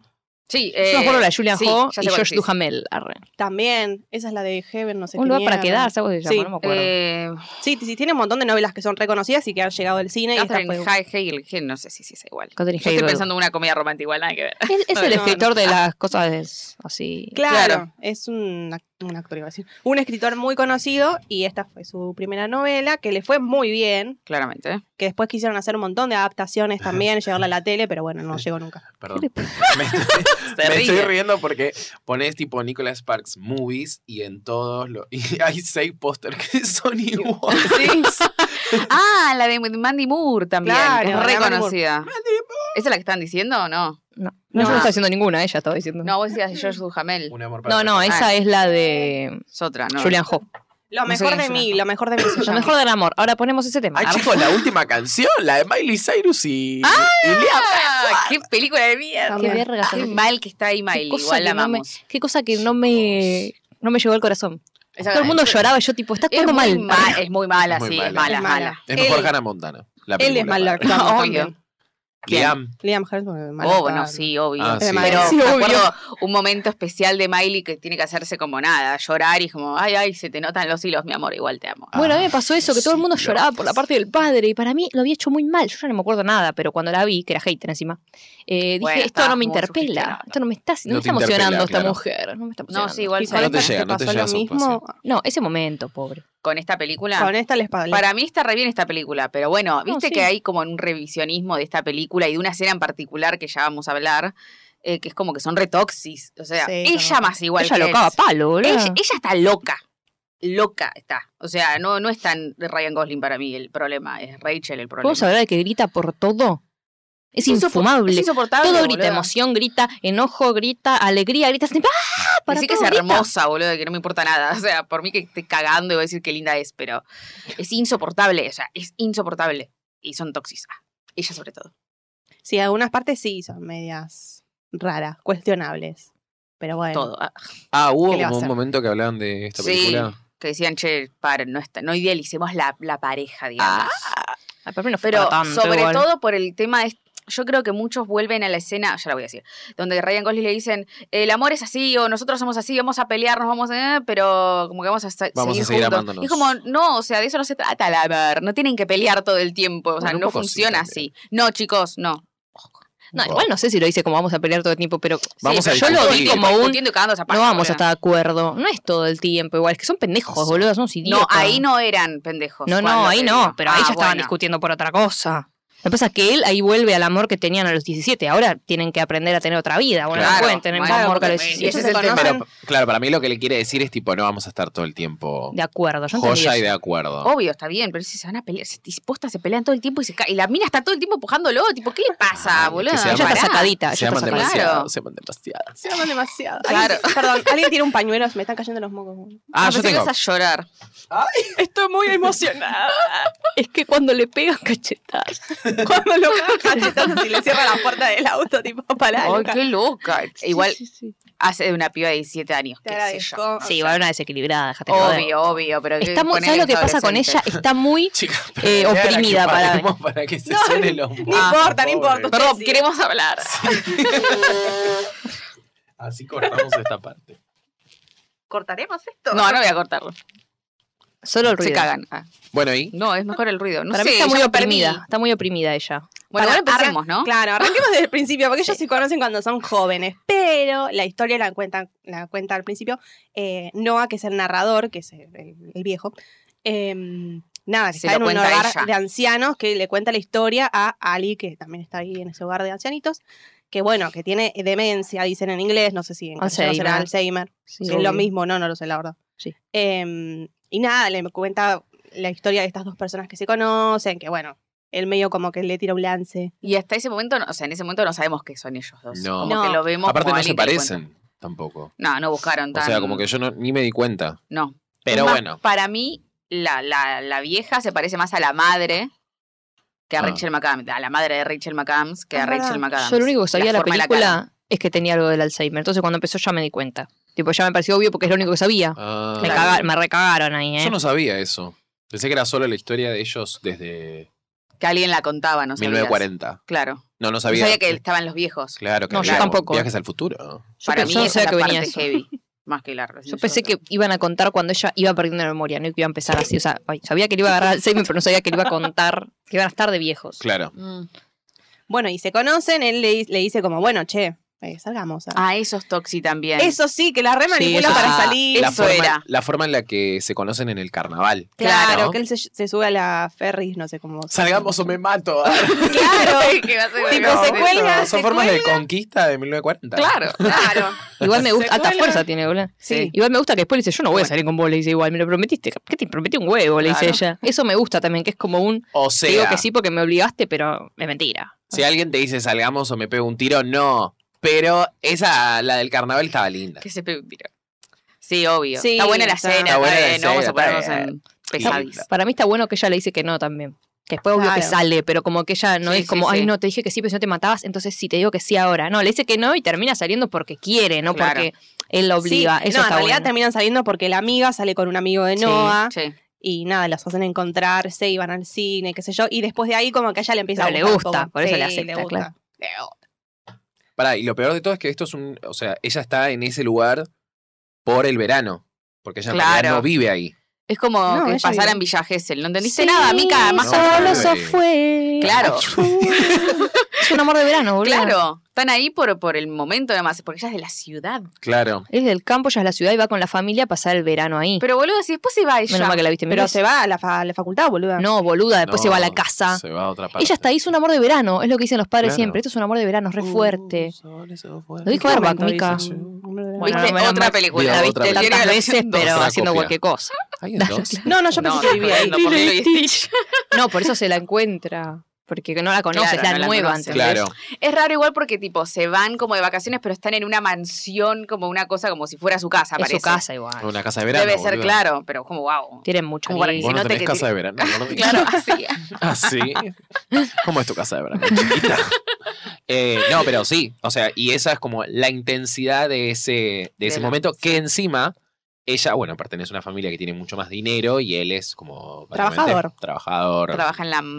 [SPEAKER 4] Sí, eh,
[SPEAKER 3] Yo me acuerdo la de Julian
[SPEAKER 4] sí,
[SPEAKER 3] Ho
[SPEAKER 4] ya sé
[SPEAKER 3] y
[SPEAKER 4] cuál
[SPEAKER 3] Josh
[SPEAKER 4] decís.
[SPEAKER 3] Duhamel. arre.
[SPEAKER 2] También, esa es la de Heaven, no sé
[SPEAKER 3] Un
[SPEAKER 2] qué
[SPEAKER 3] lugar para
[SPEAKER 2] mierda.
[SPEAKER 3] quedarse, algo se llama,
[SPEAKER 2] Sí,
[SPEAKER 3] no me acuerdo.
[SPEAKER 4] Eh,
[SPEAKER 2] Sí, sí, tiene un montón de novelas que son reconocidas y que han llegado al cine. Y esta fue-
[SPEAKER 4] Catherine Hale- Hale- Hale, no sé si sí, es igual.
[SPEAKER 3] Catherine
[SPEAKER 4] Yo estoy
[SPEAKER 3] Hale.
[SPEAKER 4] pensando en una comedia romántica igual, nada que ver.
[SPEAKER 3] Es, es el
[SPEAKER 2] No, no,
[SPEAKER 3] escritor de las cosas así.
[SPEAKER 2] Claro,
[SPEAKER 4] Claro.
[SPEAKER 2] es un, act- un actor, iba a decir. Un escritor muy conocido y esta fue su primera novela, que le fue muy bien,
[SPEAKER 4] Claramente. ¿eh?
[SPEAKER 2] que después quisieron hacer un montón de adaptaciones también, llevarla a la tele, pero bueno, no llegó nunca.
[SPEAKER 1] Perdón.
[SPEAKER 3] ¿Qué le
[SPEAKER 1] Me estoy,
[SPEAKER 4] Se
[SPEAKER 1] me estoy
[SPEAKER 4] ríe.
[SPEAKER 1] riendo porque pones tipo Nicolas Sparks movies y en todos los. Y hay seis póster que son iguales.
[SPEAKER 4] Ah, la de Mandy Moore también,
[SPEAKER 2] Claro,
[SPEAKER 4] que es
[SPEAKER 2] la de Mandy
[SPEAKER 4] reconocida. ¿Esa es la que están diciendo o no?
[SPEAKER 3] No, no, yo
[SPEAKER 4] No.
[SPEAKER 3] no estoy diciendo ninguna, ella estaba diciendo.
[SPEAKER 4] No, vos decías de George Duhamel.
[SPEAKER 1] Un amor para
[SPEAKER 3] no, no,
[SPEAKER 1] la-
[SPEAKER 3] esa es la de
[SPEAKER 4] Es otra, ¿no?
[SPEAKER 3] Julian Ho.
[SPEAKER 2] Lo
[SPEAKER 4] No sé
[SPEAKER 2] mejor
[SPEAKER 4] quién
[SPEAKER 2] de
[SPEAKER 4] es
[SPEAKER 2] mí,
[SPEAKER 4] una-
[SPEAKER 2] lo mejor de mí. se
[SPEAKER 3] Lo
[SPEAKER 2] llama.
[SPEAKER 3] mejor del amor. Ahora ponemos ese tema. Ah,
[SPEAKER 1] Ay, chicos, la última canción, la de Miley Cyrus y. y Liam.
[SPEAKER 4] Ah, ¡Qué película de mierda!
[SPEAKER 3] Qué
[SPEAKER 2] Qué
[SPEAKER 3] verga.
[SPEAKER 4] Qué mal que está ahí Miley,
[SPEAKER 3] cosa
[SPEAKER 4] igual la
[SPEAKER 3] que no me-
[SPEAKER 4] amamos.
[SPEAKER 3] Qué cosa que no me, no me llegó al corazón.
[SPEAKER 4] Esa-
[SPEAKER 3] Todo el mundo
[SPEAKER 4] es-
[SPEAKER 3] lloraba y yo tipo, está
[SPEAKER 4] Es
[SPEAKER 3] todo
[SPEAKER 4] muy
[SPEAKER 3] mal.
[SPEAKER 4] ma- es muy mala,
[SPEAKER 1] Es muy
[SPEAKER 4] sí,
[SPEAKER 1] mala.
[SPEAKER 4] es mala,
[SPEAKER 2] Es
[SPEAKER 4] mala.
[SPEAKER 2] mala.
[SPEAKER 1] Es mejor
[SPEAKER 2] Él-
[SPEAKER 1] Hannah Montana. La
[SPEAKER 2] Él es
[SPEAKER 1] película,
[SPEAKER 2] mal
[SPEAKER 1] para-
[SPEAKER 2] actuado
[SPEAKER 4] Obvio.
[SPEAKER 2] también.
[SPEAKER 1] Liam.
[SPEAKER 2] Liam Hemsworth es mal
[SPEAKER 4] Oh, bueno,
[SPEAKER 2] actuado.
[SPEAKER 4] sí, obvio.
[SPEAKER 1] Ah, sí.
[SPEAKER 4] Pero
[SPEAKER 3] Sí,
[SPEAKER 4] me
[SPEAKER 3] obvio.
[SPEAKER 4] acuerdo un momento especial de Miley que tiene que hacerse como nada, llorar y es como, ay, ay, se te notan los hilos, mi amor, igual te amo.
[SPEAKER 3] Bueno, a mí me
[SPEAKER 1] Ah,
[SPEAKER 3] pasó eso, que todo el mundo
[SPEAKER 1] sí,
[SPEAKER 3] lloraba
[SPEAKER 1] lo-
[SPEAKER 3] por la parte del padre y para mí lo había hecho muy mal. Yo ya no me acuerdo nada, pero cuando la vi, que era hater encima, eh, dije,
[SPEAKER 4] Bueno,
[SPEAKER 3] esto no
[SPEAKER 4] estabas
[SPEAKER 3] me
[SPEAKER 4] muy
[SPEAKER 3] interpela,
[SPEAKER 4] sugestionada.
[SPEAKER 3] esto no me está, no
[SPEAKER 1] No
[SPEAKER 3] me
[SPEAKER 1] te
[SPEAKER 3] está emocionando
[SPEAKER 1] interpela,
[SPEAKER 3] esta
[SPEAKER 1] claro.
[SPEAKER 3] mujer. No, me está
[SPEAKER 4] No,
[SPEAKER 3] emocionando.
[SPEAKER 4] sí, igual
[SPEAKER 2] ¿Y
[SPEAKER 4] con,
[SPEAKER 2] con
[SPEAKER 1] No te
[SPEAKER 4] esta-
[SPEAKER 2] esta
[SPEAKER 1] llega, no te
[SPEAKER 2] pasó
[SPEAKER 1] llega
[SPEAKER 2] lo
[SPEAKER 1] su
[SPEAKER 2] mismo?
[SPEAKER 3] No, ese momento, pobre.
[SPEAKER 4] con esta película.
[SPEAKER 2] Con esta les parece.
[SPEAKER 4] Para mí está re bien esta película, pero bueno,
[SPEAKER 3] No,
[SPEAKER 4] viste
[SPEAKER 3] sí.
[SPEAKER 4] que hay como un revisionismo de esta película y de una escena en particular que ya vamos a hablar, eh, que es como que son retoxis. O sea,
[SPEAKER 2] Sí,
[SPEAKER 4] ella
[SPEAKER 2] son re-
[SPEAKER 4] más igual
[SPEAKER 3] ella
[SPEAKER 4] que
[SPEAKER 3] lo
[SPEAKER 4] él.
[SPEAKER 3] acaba a palo, boludo.
[SPEAKER 4] Ella, ella está loca. Loca está. O sea, no, no es tan de Ryan Gosling para mí el problema, es Rachel el problema.
[SPEAKER 3] ¿Podemos hablar de que grita por todo? Es
[SPEAKER 4] insopor-
[SPEAKER 3] infumable.
[SPEAKER 4] es insoportable.
[SPEAKER 3] Todo grita,
[SPEAKER 4] boluda.
[SPEAKER 3] emoción grita, enojo grita, alegría grita. siempre, ¡Ah! Para
[SPEAKER 4] Decí que
[SPEAKER 3] todo
[SPEAKER 4] sea
[SPEAKER 3] grita.
[SPEAKER 4] hermosa, boludo, que no me importa nada. O sea, por mí que esté cagando y voy a decir qué linda es, pero es insoportable. O sea, es insoportable. Y son tóxicas. Ella sobre todo.
[SPEAKER 2] Sí, algunas partes sí son medias raras, cuestionables. Pero bueno.
[SPEAKER 4] Todo. Ah,
[SPEAKER 1] Ah, hubo
[SPEAKER 2] ¿Qué le va a
[SPEAKER 1] como un
[SPEAKER 2] hacer?
[SPEAKER 1] momento que hablaban de esta
[SPEAKER 4] Sí.
[SPEAKER 1] película.
[SPEAKER 4] Que decían, che, para, no, está, no idealicemos la, la pareja,
[SPEAKER 3] Ah,
[SPEAKER 4] digamos.
[SPEAKER 3] Ay, para mí no fue
[SPEAKER 4] pero
[SPEAKER 3] para tanto,
[SPEAKER 4] sobre
[SPEAKER 3] igual.
[SPEAKER 4] todo por el tema es. Yo creo que muchos vuelven a la escena, ya la voy a decir, donde Ryan Gosling le dicen, el amor es así, o nosotros somos así, vamos a pelearnos, vamos a... eh", pero como que vamos a, se-
[SPEAKER 1] Vamos a
[SPEAKER 4] seguir,
[SPEAKER 1] seguir
[SPEAKER 4] juntos".
[SPEAKER 1] amándonos.
[SPEAKER 4] Y es como, no, o sea, de eso no se trata la ver, no tienen que pelear todo el tiempo, o sea,
[SPEAKER 1] Bueno, un
[SPEAKER 4] no
[SPEAKER 1] poco sí
[SPEAKER 4] funciona
[SPEAKER 1] también.
[SPEAKER 4] así. No, chicos, no.
[SPEAKER 3] No, igual no sé si lo dice como vamos a pelear todo el tiempo, pero
[SPEAKER 1] Vamos
[SPEAKER 4] pero
[SPEAKER 1] a
[SPEAKER 4] yo lo
[SPEAKER 1] discutir.
[SPEAKER 4] digo como un... discutiendo y cagándose a
[SPEAKER 3] no
[SPEAKER 4] palos,
[SPEAKER 3] vamos a
[SPEAKER 4] boluda.
[SPEAKER 3] estar de acuerdo. No es todo el tiempo igual, es que son pendejos, boludo, son idiotas.
[SPEAKER 4] No, ahí no eran pendejos.
[SPEAKER 3] No, no,
[SPEAKER 4] cuando
[SPEAKER 3] ahí
[SPEAKER 4] se
[SPEAKER 3] no,
[SPEAKER 4] dio.
[SPEAKER 3] pero ahí
[SPEAKER 4] Ah,
[SPEAKER 3] ya estaban
[SPEAKER 4] bueno.
[SPEAKER 3] discutiendo por otra cosa. Lo que pasa es que él ahí vuelve al amor que tenían a los 17. Ahora tienen que aprender a tener otra vida. Bueno,
[SPEAKER 4] Claro,
[SPEAKER 3] no pueden tener
[SPEAKER 4] bueno,
[SPEAKER 3] más amor que a los
[SPEAKER 4] porque- y
[SPEAKER 3] 17.
[SPEAKER 4] ese
[SPEAKER 2] Ellos
[SPEAKER 4] es
[SPEAKER 2] se
[SPEAKER 4] el tema.
[SPEAKER 2] conocen.
[SPEAKER 1] Pero, claro, para mí lo que le quiere decir es tipo, no vamos a estar todo el tiempo
[SPEAKER 3] De acuerdo, yo entendí
[SPEAKER 1] joya y
[SPEAKER 3] eso.
[SPEAKER 1] de acuerdo.
[SPEAKER 4] Obvio, está bien, pero si se van a pelear, se dispuestas, se pelean todo el tiempo y se ca- Y la mina está todo el tiempo empujándolo, tipo, ¿qué le pasa,
[SPEAKER 1] Ay,
[SPEAKER 4] boludo?
[SPEAKER 1] que Ah, se
[SPEAKER 3] Ella está
[SPEAKER 1] Pará.
[SPEAKER 3] sacadita.
[SPEAKER 1] se
[SPEAKER 3] ella está
[SPEAKER 1] aman
[SPEAKER 3] sacadita.
[SPEAKER 1] demasiado,
[SPEAKER 4] Claro.
[SPEAKER 1] se aman demasiado.
[SPEAKER 2] Se aman demasiado.
[SPEAKER 4] Claro.
[SPEAKER 2] ¿Alguien- perdón, alguien tiene un pañuelo, se me están cayendo los mocos.
[SPEAKER 1] Ah,
[SPEAKER 4] No,
[SPEAKER 1] yo
[SPEAKER 4] pensé que
[SPEAKER 1] tengo.
[SPEAKER 4] ibas a llorar.
[SPEAKER 2] Estoy muy emocionada.
[SPEAKER 3] Es que cuando le pegan cachetadas.
[SPEAKER 2] Cuando lo cachetazos y le cierra la puerta del auto, tipo, para
[SPEAKER 4] Ay, qué loca. Igual hace de una piba de 17 años.
[SPEAKER 2] Te
[SPEAKER 4] qué sé yo.
[SPEAKER 2] agradezco.
[SPEAKER 3] Sí, va una desequilibrada, déjate de joder.
[SPEAKER 4] Obvio, obvio, pero que
[SPEAKER 3] Está muy,
[SPEAKER 4] ponele
[SPEAKER 3] ¿Sabes lo que pasa con
[SPEAKER 4] adolescente.
[SPEAKER 3] ella? Está muy.
[SPEAKER 1] Chica,
[SPEAKER 3] Eh,
[SPEAKER 1] pero era la que
[SPEAKER 3] oprimida para-
[SPEAKER 1] paremos para que se
[SPEAKER 2] No,
[SPEAKER 1] suene los
[SPEAKER 2] No
[SPEAKER 1] mocos,
[SPEAKER 2] importa, no
[SPEAKER 1] pobre.
[SPEAKER 2] importa.
[SPEAKER 4] Perdón,
[SPEAKER 2] Sí.
[SPEAKER 4] queremos hablar.
[SPEAKER 1] Así cortamos esta parte.
[SPEAKER 2] ¿Cortaremos esto?
[SPEAKER 4] No, no voy a cortarlo.
[SPEAKER 3] Solo el ruido.
[SPEAKER 4] Se cagan. Ah,
[SPEAKER 1] Bueno, ahí.
[SPEAKER 4] no, es mejor el ruido. No
[SPEAKER 3] Para
[SPEAKER 4] sé,
[SPEAKER 3] mí está
[SPEAKER 4] ya
[SPEAKER 3] muy
[SPEAKER 4] lo perdí.
[SPEAKER 3] oprimida. Está muy oprimida ella.
[SPEAKER 4] Bueno,
[SPEAKER 2] Pará,
[SPEAKER 4] ahora empecemos, ¿no?
[SPEAKER 2] Claro, arranquemos desde el principio, porque ellos se conocen cuando son jóvenes, pero la historia la cuenta, la cuenta al principio eh, Noah, que es el narrador, que es el, el viejo. eh, nada, que
[SPEAKER 4] Se
[SPEAKER 2] está en
[SPEAKER 4] lo
[SPEAKER 2] un
[SPEAKER 4] cuenta
[SPEAKER 2] hogar
[SPEAKER 4] ella.
[SPEAKER 2] de ancianos que le cuenta la historia a Ali, que también está ahí en ese hogar de ancianitos, que bueno, que tiene demencia, dicen en inglés, no sé si en castellano será Alzheimer.
[SPEAKER 3] Sí,
[SPEAKER 2] Es
[SPEAKER 3] obvio.
[SPEAKER 2] lo mismo, no, no lo sé, la verdad.
[SPEAKER 3] Sí.
[SPEAKER 2] Em, y nada, le cuenta la historia de estas dos personas que se conocen, que bueno, él medio como que le tira un lance.
[SPEAKER 4] Y hasta ese momento, no- o sea, en ese momento no sabemos qué son ellos dos.
[SPEAKER 1] No.
[SPEAKER 4] Como que
[SPEAKER 2] No.
[SPEAKER 4] lo vemos.
[SPEAKER 1] Aparte
[SPEAKER 4] como
[SPEAKER 1] no se
[SPEAKER 4] alguien que
[SPEAKER 1] parecen tampoco.
[SPEAKER 4] encuentra. No, no buscaron
[SPEAKER 1] O
[SPEAKER 4] tan.
[SPEAKER 1] sea, como que yo no- ni me di cuenta.
[SPEAKER 4] No.
[SPEAKER 1] Pero
[SPEAKER 4] Es más,
[SPEAKER 1] bueno.
[SPEAKER 4] Para mí, la, la, la vieja se parece más a la madre que a
[SPEAKER 1] Ah.
[SPEAKER 4] Rachel McAdams. A la madre de Rachel McAdams que
[SPEAKER 2] Es
[SPEAKER 4] a Rachel
[SPEAKER 2] verdad.
[SPEAKER 4] McAdams.
[SPEAKER 3] Yo lo único que sabía de la,
[SPEAKER 4] forma
[SPEAKER 3] película
[SPEAKER 4] cara.
[SPEAKER 3] es que tenía algo del Alzheimer. Entonces cuando empezó ya me di cuenta. Tipo, ya me pareció obvio porque es lo único que sabía.
[SPEAKER 1] Ah,
[SPEAKER 3] Me, caga- me recagaron ahí, ¿eh?
[SPEAKER 1] yo no sabía eso. Pensé que era solo la historia de ellos desde
[SPEAKER 4] Que alguien la contaba, no sé.
[SPEAKER 1] 1940.
[SPEAKER 4] Claro.
[SPEAKER 1] No, no
[SPEAKER 4] Yo
[SPEAKER 1] sabía.
[SPEAKER 4] sabía que estaban los viejos.
[SPEAKER 1] Claro que
[SPEAKER 3] No, yo
[SPEAKER 1] había
[SPEAKER 3] tampoco.
[SPEAKER 1] Viajes al futuro.
[SPEAKER 3] Yo
[SPEAKER 4] Para
[SPEAKER 3] pensé-
[SPEAKER 4] mí
[SPEAKER 3] no
[SPEAKER 4] esa
[SPEAKER 3] sabía
[SPEAKER 4] es
[SPEAKER 3] que
[SPEAKER 4] la
[SPEAKER 3] venía
[SPEAKER 4] parte
[SPEAKER 3] eso.
[SPEAKER 4] heavy. Más que la
[SPEAKER 3] Yo pensé que iban a contar cuando ella iba perdiendo la memoria, no que iba a empezar así. O sea, ay, sabía que le iba a agarrar Alzheimer, pero no sabía que le iba a contar que iban a estar de viejos.
[SPEAKER 1] Claro.
[SPEAKER 4] Mm.
[SPEAKER 2] Bueno, y se conocen, él le, di- le dice como, bueno, che, eh, salgamos. a-".
[SPEAKER 4] Ah, eso es Toxi también.
[SPEAKER 2] Eso sí, que la remanipula
[SPEAKER 3] Sí, eso
[SPEAKER 2] para
[SPEAKER 4] sí.
[SPEAKER 2] salir.
[SPEAKER 1] La
[SPEAKER 4] Eso
[SPEAKER 1] forma,
[SPEAKER 4] era.
[SPEAKER 1] la forma en la que se conocen en el carnaval.
[SPEAKER 2] Claro,
[SPEAKER 1] ¿no?
[SPEAKER 2] que él se, se sube a la ferry, no sé cómo.
[SPEAKER 1] Salgamos o me mato.
[SPEAKER 2] Claro.
[SPEAKER 4] que va a ser
[SPEAKER 2] Tipo,
[SPEAKER 4] no,
[SPEAKER 2] se
[SPEAKER 4] eso.
[SPEAKER 2] cuelga.
[SPEAKER 1] Son
[SPEAKER 2] se
[SPEAKER 1] formas de conquista de 1940.
[SPEAKER 4] Claro, claro.
[SPEAKER 3] Igual me gusta,
[SPEAKER 2] Se
[SPEAKER 3] alta
[SPEAKER 2] cuela.
[SPEAKER 3] fuerza tiene, boludo.
[SPEAKER 2] Sí.
[SPEAKER 3] Igual me gusta que después le dice, yo no voy a
[SPEAKER 4] Bueno.
[SPEAKER 3] salir con vos, le dice igual, me lo prometiste, ¿qué te prometí un huevo? Le dice ella. Eso me gusta también, que es como un,
[SPEAKER 1] O
[SPEAKER 3] te digo
[SPEAKER 4] ah.
[SPEAKER 1] sea,
[SPEAKER 3] que sí porque me obligaste, pero es mentira.
[SPEAKER 1] si alguien te dice salgamos o me pego un tiro, no. Pero esa, la del carnaval estaba linda.
[SPEAKER 4] Que se pegue un tiro. Sí, obvio.
[SPEAKER 2] Sí,
[SPEAKER 4] está buena la
[SPEAKER 2] está-
[SPEAKER 4] escena,
[SPEAKER 2] Está
[SPEAKER 4] está
[SPEAKER 1] buena la
[SPEAKER 4] bien, no vamos a
[SPEAKER 1] escena,
[SPEAKER 4] ponernos
[SPEAKER 1] está
[SPEAKER 4] en pesadilla.
[SPEAKER 3] Para mí está bueno que ella le dice que no también. Que después obvio que
[SPEAKER 2] Claro.
[SPEAKER 3] sale, pero como que ella no
[SPEAKER 4] Sí,
[SPEAKER 3] es
[SPEAKER 4] sí,
[SPEAKER 3] como,
[SPEAKER 4] sí.
[SPEAKER 3] ay no, te dije que sí, pero si no te matabas, entonces sí, te digo que sí ahora. No, le dice que no y termina saliendo porque quiere, no
[SPEAKER 4] Claro.
[SPEAKER 3] porque él la obliga.
[SPEAKER 2] Sí,
[SPEAKER 3] Eso
[SPEAKER 2] no, en
[SPEAKER 3] está
[SPEAKER 2] realidad
[SPEAKER 3] bueno.
[SPEAKER 2] terminan saliendo porque la amiga sale con un amigo de
[SPEAKER 3] Sí,
[SPEAKER 2] Noah
[SPEAKER 4] Sí.
[SPEAKER 2] y nada, los hacen encontrarse y van al cine, qué sé yo. Y después de ahí, como que a ella le empieza
[SPEAKER 3] Claro,
[SPEAKER 2] a
[SPEAKER 3] le
[SPEAKER 2] gustar.
[SPEAKER 3] gusta,
[SPEAKER 2] como-
[SPEAKER 3] por eso
[SPEAKER 2] Sí,
[SPEAKER 3] le acepta, claro.
[SPEAKER 2] Le gusta.
[SPEAKER 1] Pará, y lo peor de todo es que esto es un. O sea, ella está en ese lugar por el verano. Porque ella en
[SPEAKER 4] Claro.
[SPEAKER 1] realidad no vive ahí.
[SPEAKER 4] Es como
[SPEAKER 2] No,
[SPEAKER 4] que
[SPEAKER 2] ella
[SPEAKER 4] pasara
[SPEAKER 2] bien.
[SPEAKER 4] en Villa Gesell. No entendiste nada, Mica. Más
[SPEAKER 1] solo
[SPEAKER 4] allá-
[SPEAKER 1] se
[SPEAKER 3] fue.
[SPEAKER 4] Claro.
[SPEAKER 3] es un amor de verano, boludo.
[SPEAKER 4] Claro. Están ahí por, por el momento, además. Porque ella es de la ciudad.
[SPEAKER 1] Claro.
[SPEAKER 3] Es del campo, ya es la ciudad y va con la familia a pasar el verano ahí.
[SPEAKER 4] Pero boludo, si después se va ella.
[SPEAKER 3] Menos mal que la viste en
[SPEAKER 2] Pero
[SPEAKER 3] Mendoza.
[SPEAKER 2] se va a la, fa- a la facultad, boluda.
[SPEAKER 3] No, boluda, después se va a la casa.
[SPEAKER 1] Se va a otra parte.
[SPEAKER 3] Ah. Ella está ahí, es un amor de verano, es lo que dicen los padres
[SPEAKER 1] Claro.
[SPEAKER 3] siempre. Esto es un amor de verano, es re fuerte. Lo dijo
[SPEAKER 2] ¿Qué
[SPEAKER 3] Erbach,
[SPEAKER 2] momento
[SPEAKER 3] Mica.
[SPEAKER 2] dice?
[SPEAKER 4] Viste,
[SPEAKER 3] Bueno, menos
[SPEAKER 4] otra
[SPEAKER 3] mal.
[SPEAKER 1] Digo,
[SPEAKER 4] película. la
[SPEAKER 1] otra
[SPEAKER 4] viste
[SPEAKER 1] película.
[SPEAKER 3] Tantas
[SPEAKER 4] Diario de la
[SPEAKER 3] veces,
[SPEAKER 4] Pasión dos.
[SPEAKER 3] pero
[SPEAKER 1] Otra
[SPEAKER 3] haciendo
[SPEAKER 1] copia.
[SPEAKER 3] cualquier cosa.
[SPEAKER 1] ¿Hay en dos?
[SPEAKER 2] No, no, yo pensé
[SPEAKER 4] No,
[SPEAKER 2] que vivía ahí.
[SPEAKER 4] no, por Lilo y Stitch.
[SPEAKER 3] No, por eso se la encuentra. Porque no la conoce,
[SPEAKER 4] Claro,
[SPEAKER 3] es la
[SPEAKER 4] no la
[SPEAKER 3] nueva.
[SPEAKER 4] conoce.
[SPEAKER 3] ¿entendés?
[SPEAKER 1] Claro.
[SPEAKER 4] Es raro igual porque tipo se van como de vacaciones, pero están en una mansión, como una cosa como si fuera su casa,
[SPEAKER 3] Es
[SPEAKER 4] parece.
[SPEAKER 3] su casa igual.
[SPEAKER 1] Una casa de verano.
[SPEAKER 4] Debe ser,
[SPEAKER 1] boluda.
[SPEAKER 4] claro, pero como wow.
[SPEAKER 3] Tienen mucho
[SPEAKER 4] Como para
[SPEAKER 3] ahí.
[SPEAKER 4] que
[SPEAKER 1] Vos
[SPEAKER 4] si
[SPEAKER 1] no
[SPEAKER 4] no te
[SPEAKER 1] tenés
[SPEAKER 4] que-
[SPEAKER 1] casa de verano. gordi.
[SPEAKER 4] Claro, así.
[SPEAKER 1] ¿Ah, sí? ¿Cómo es tu casa de verano, chiquita? Eh, no, pero sí. O sea, y esa es como la intensidad de ese, de ese
[SPEAKER 4] De la-
[SPEAKER 1] momento que encima ella, bueno, pertenece a una familia que tiene mucho más dinero y él es como... básicamente,
[SPEAKER 2] Trabajador.
[SPEAKER 1] Trabajador.
[SPEAKER 4] Trabaja en la
[SPEAKER 1] clase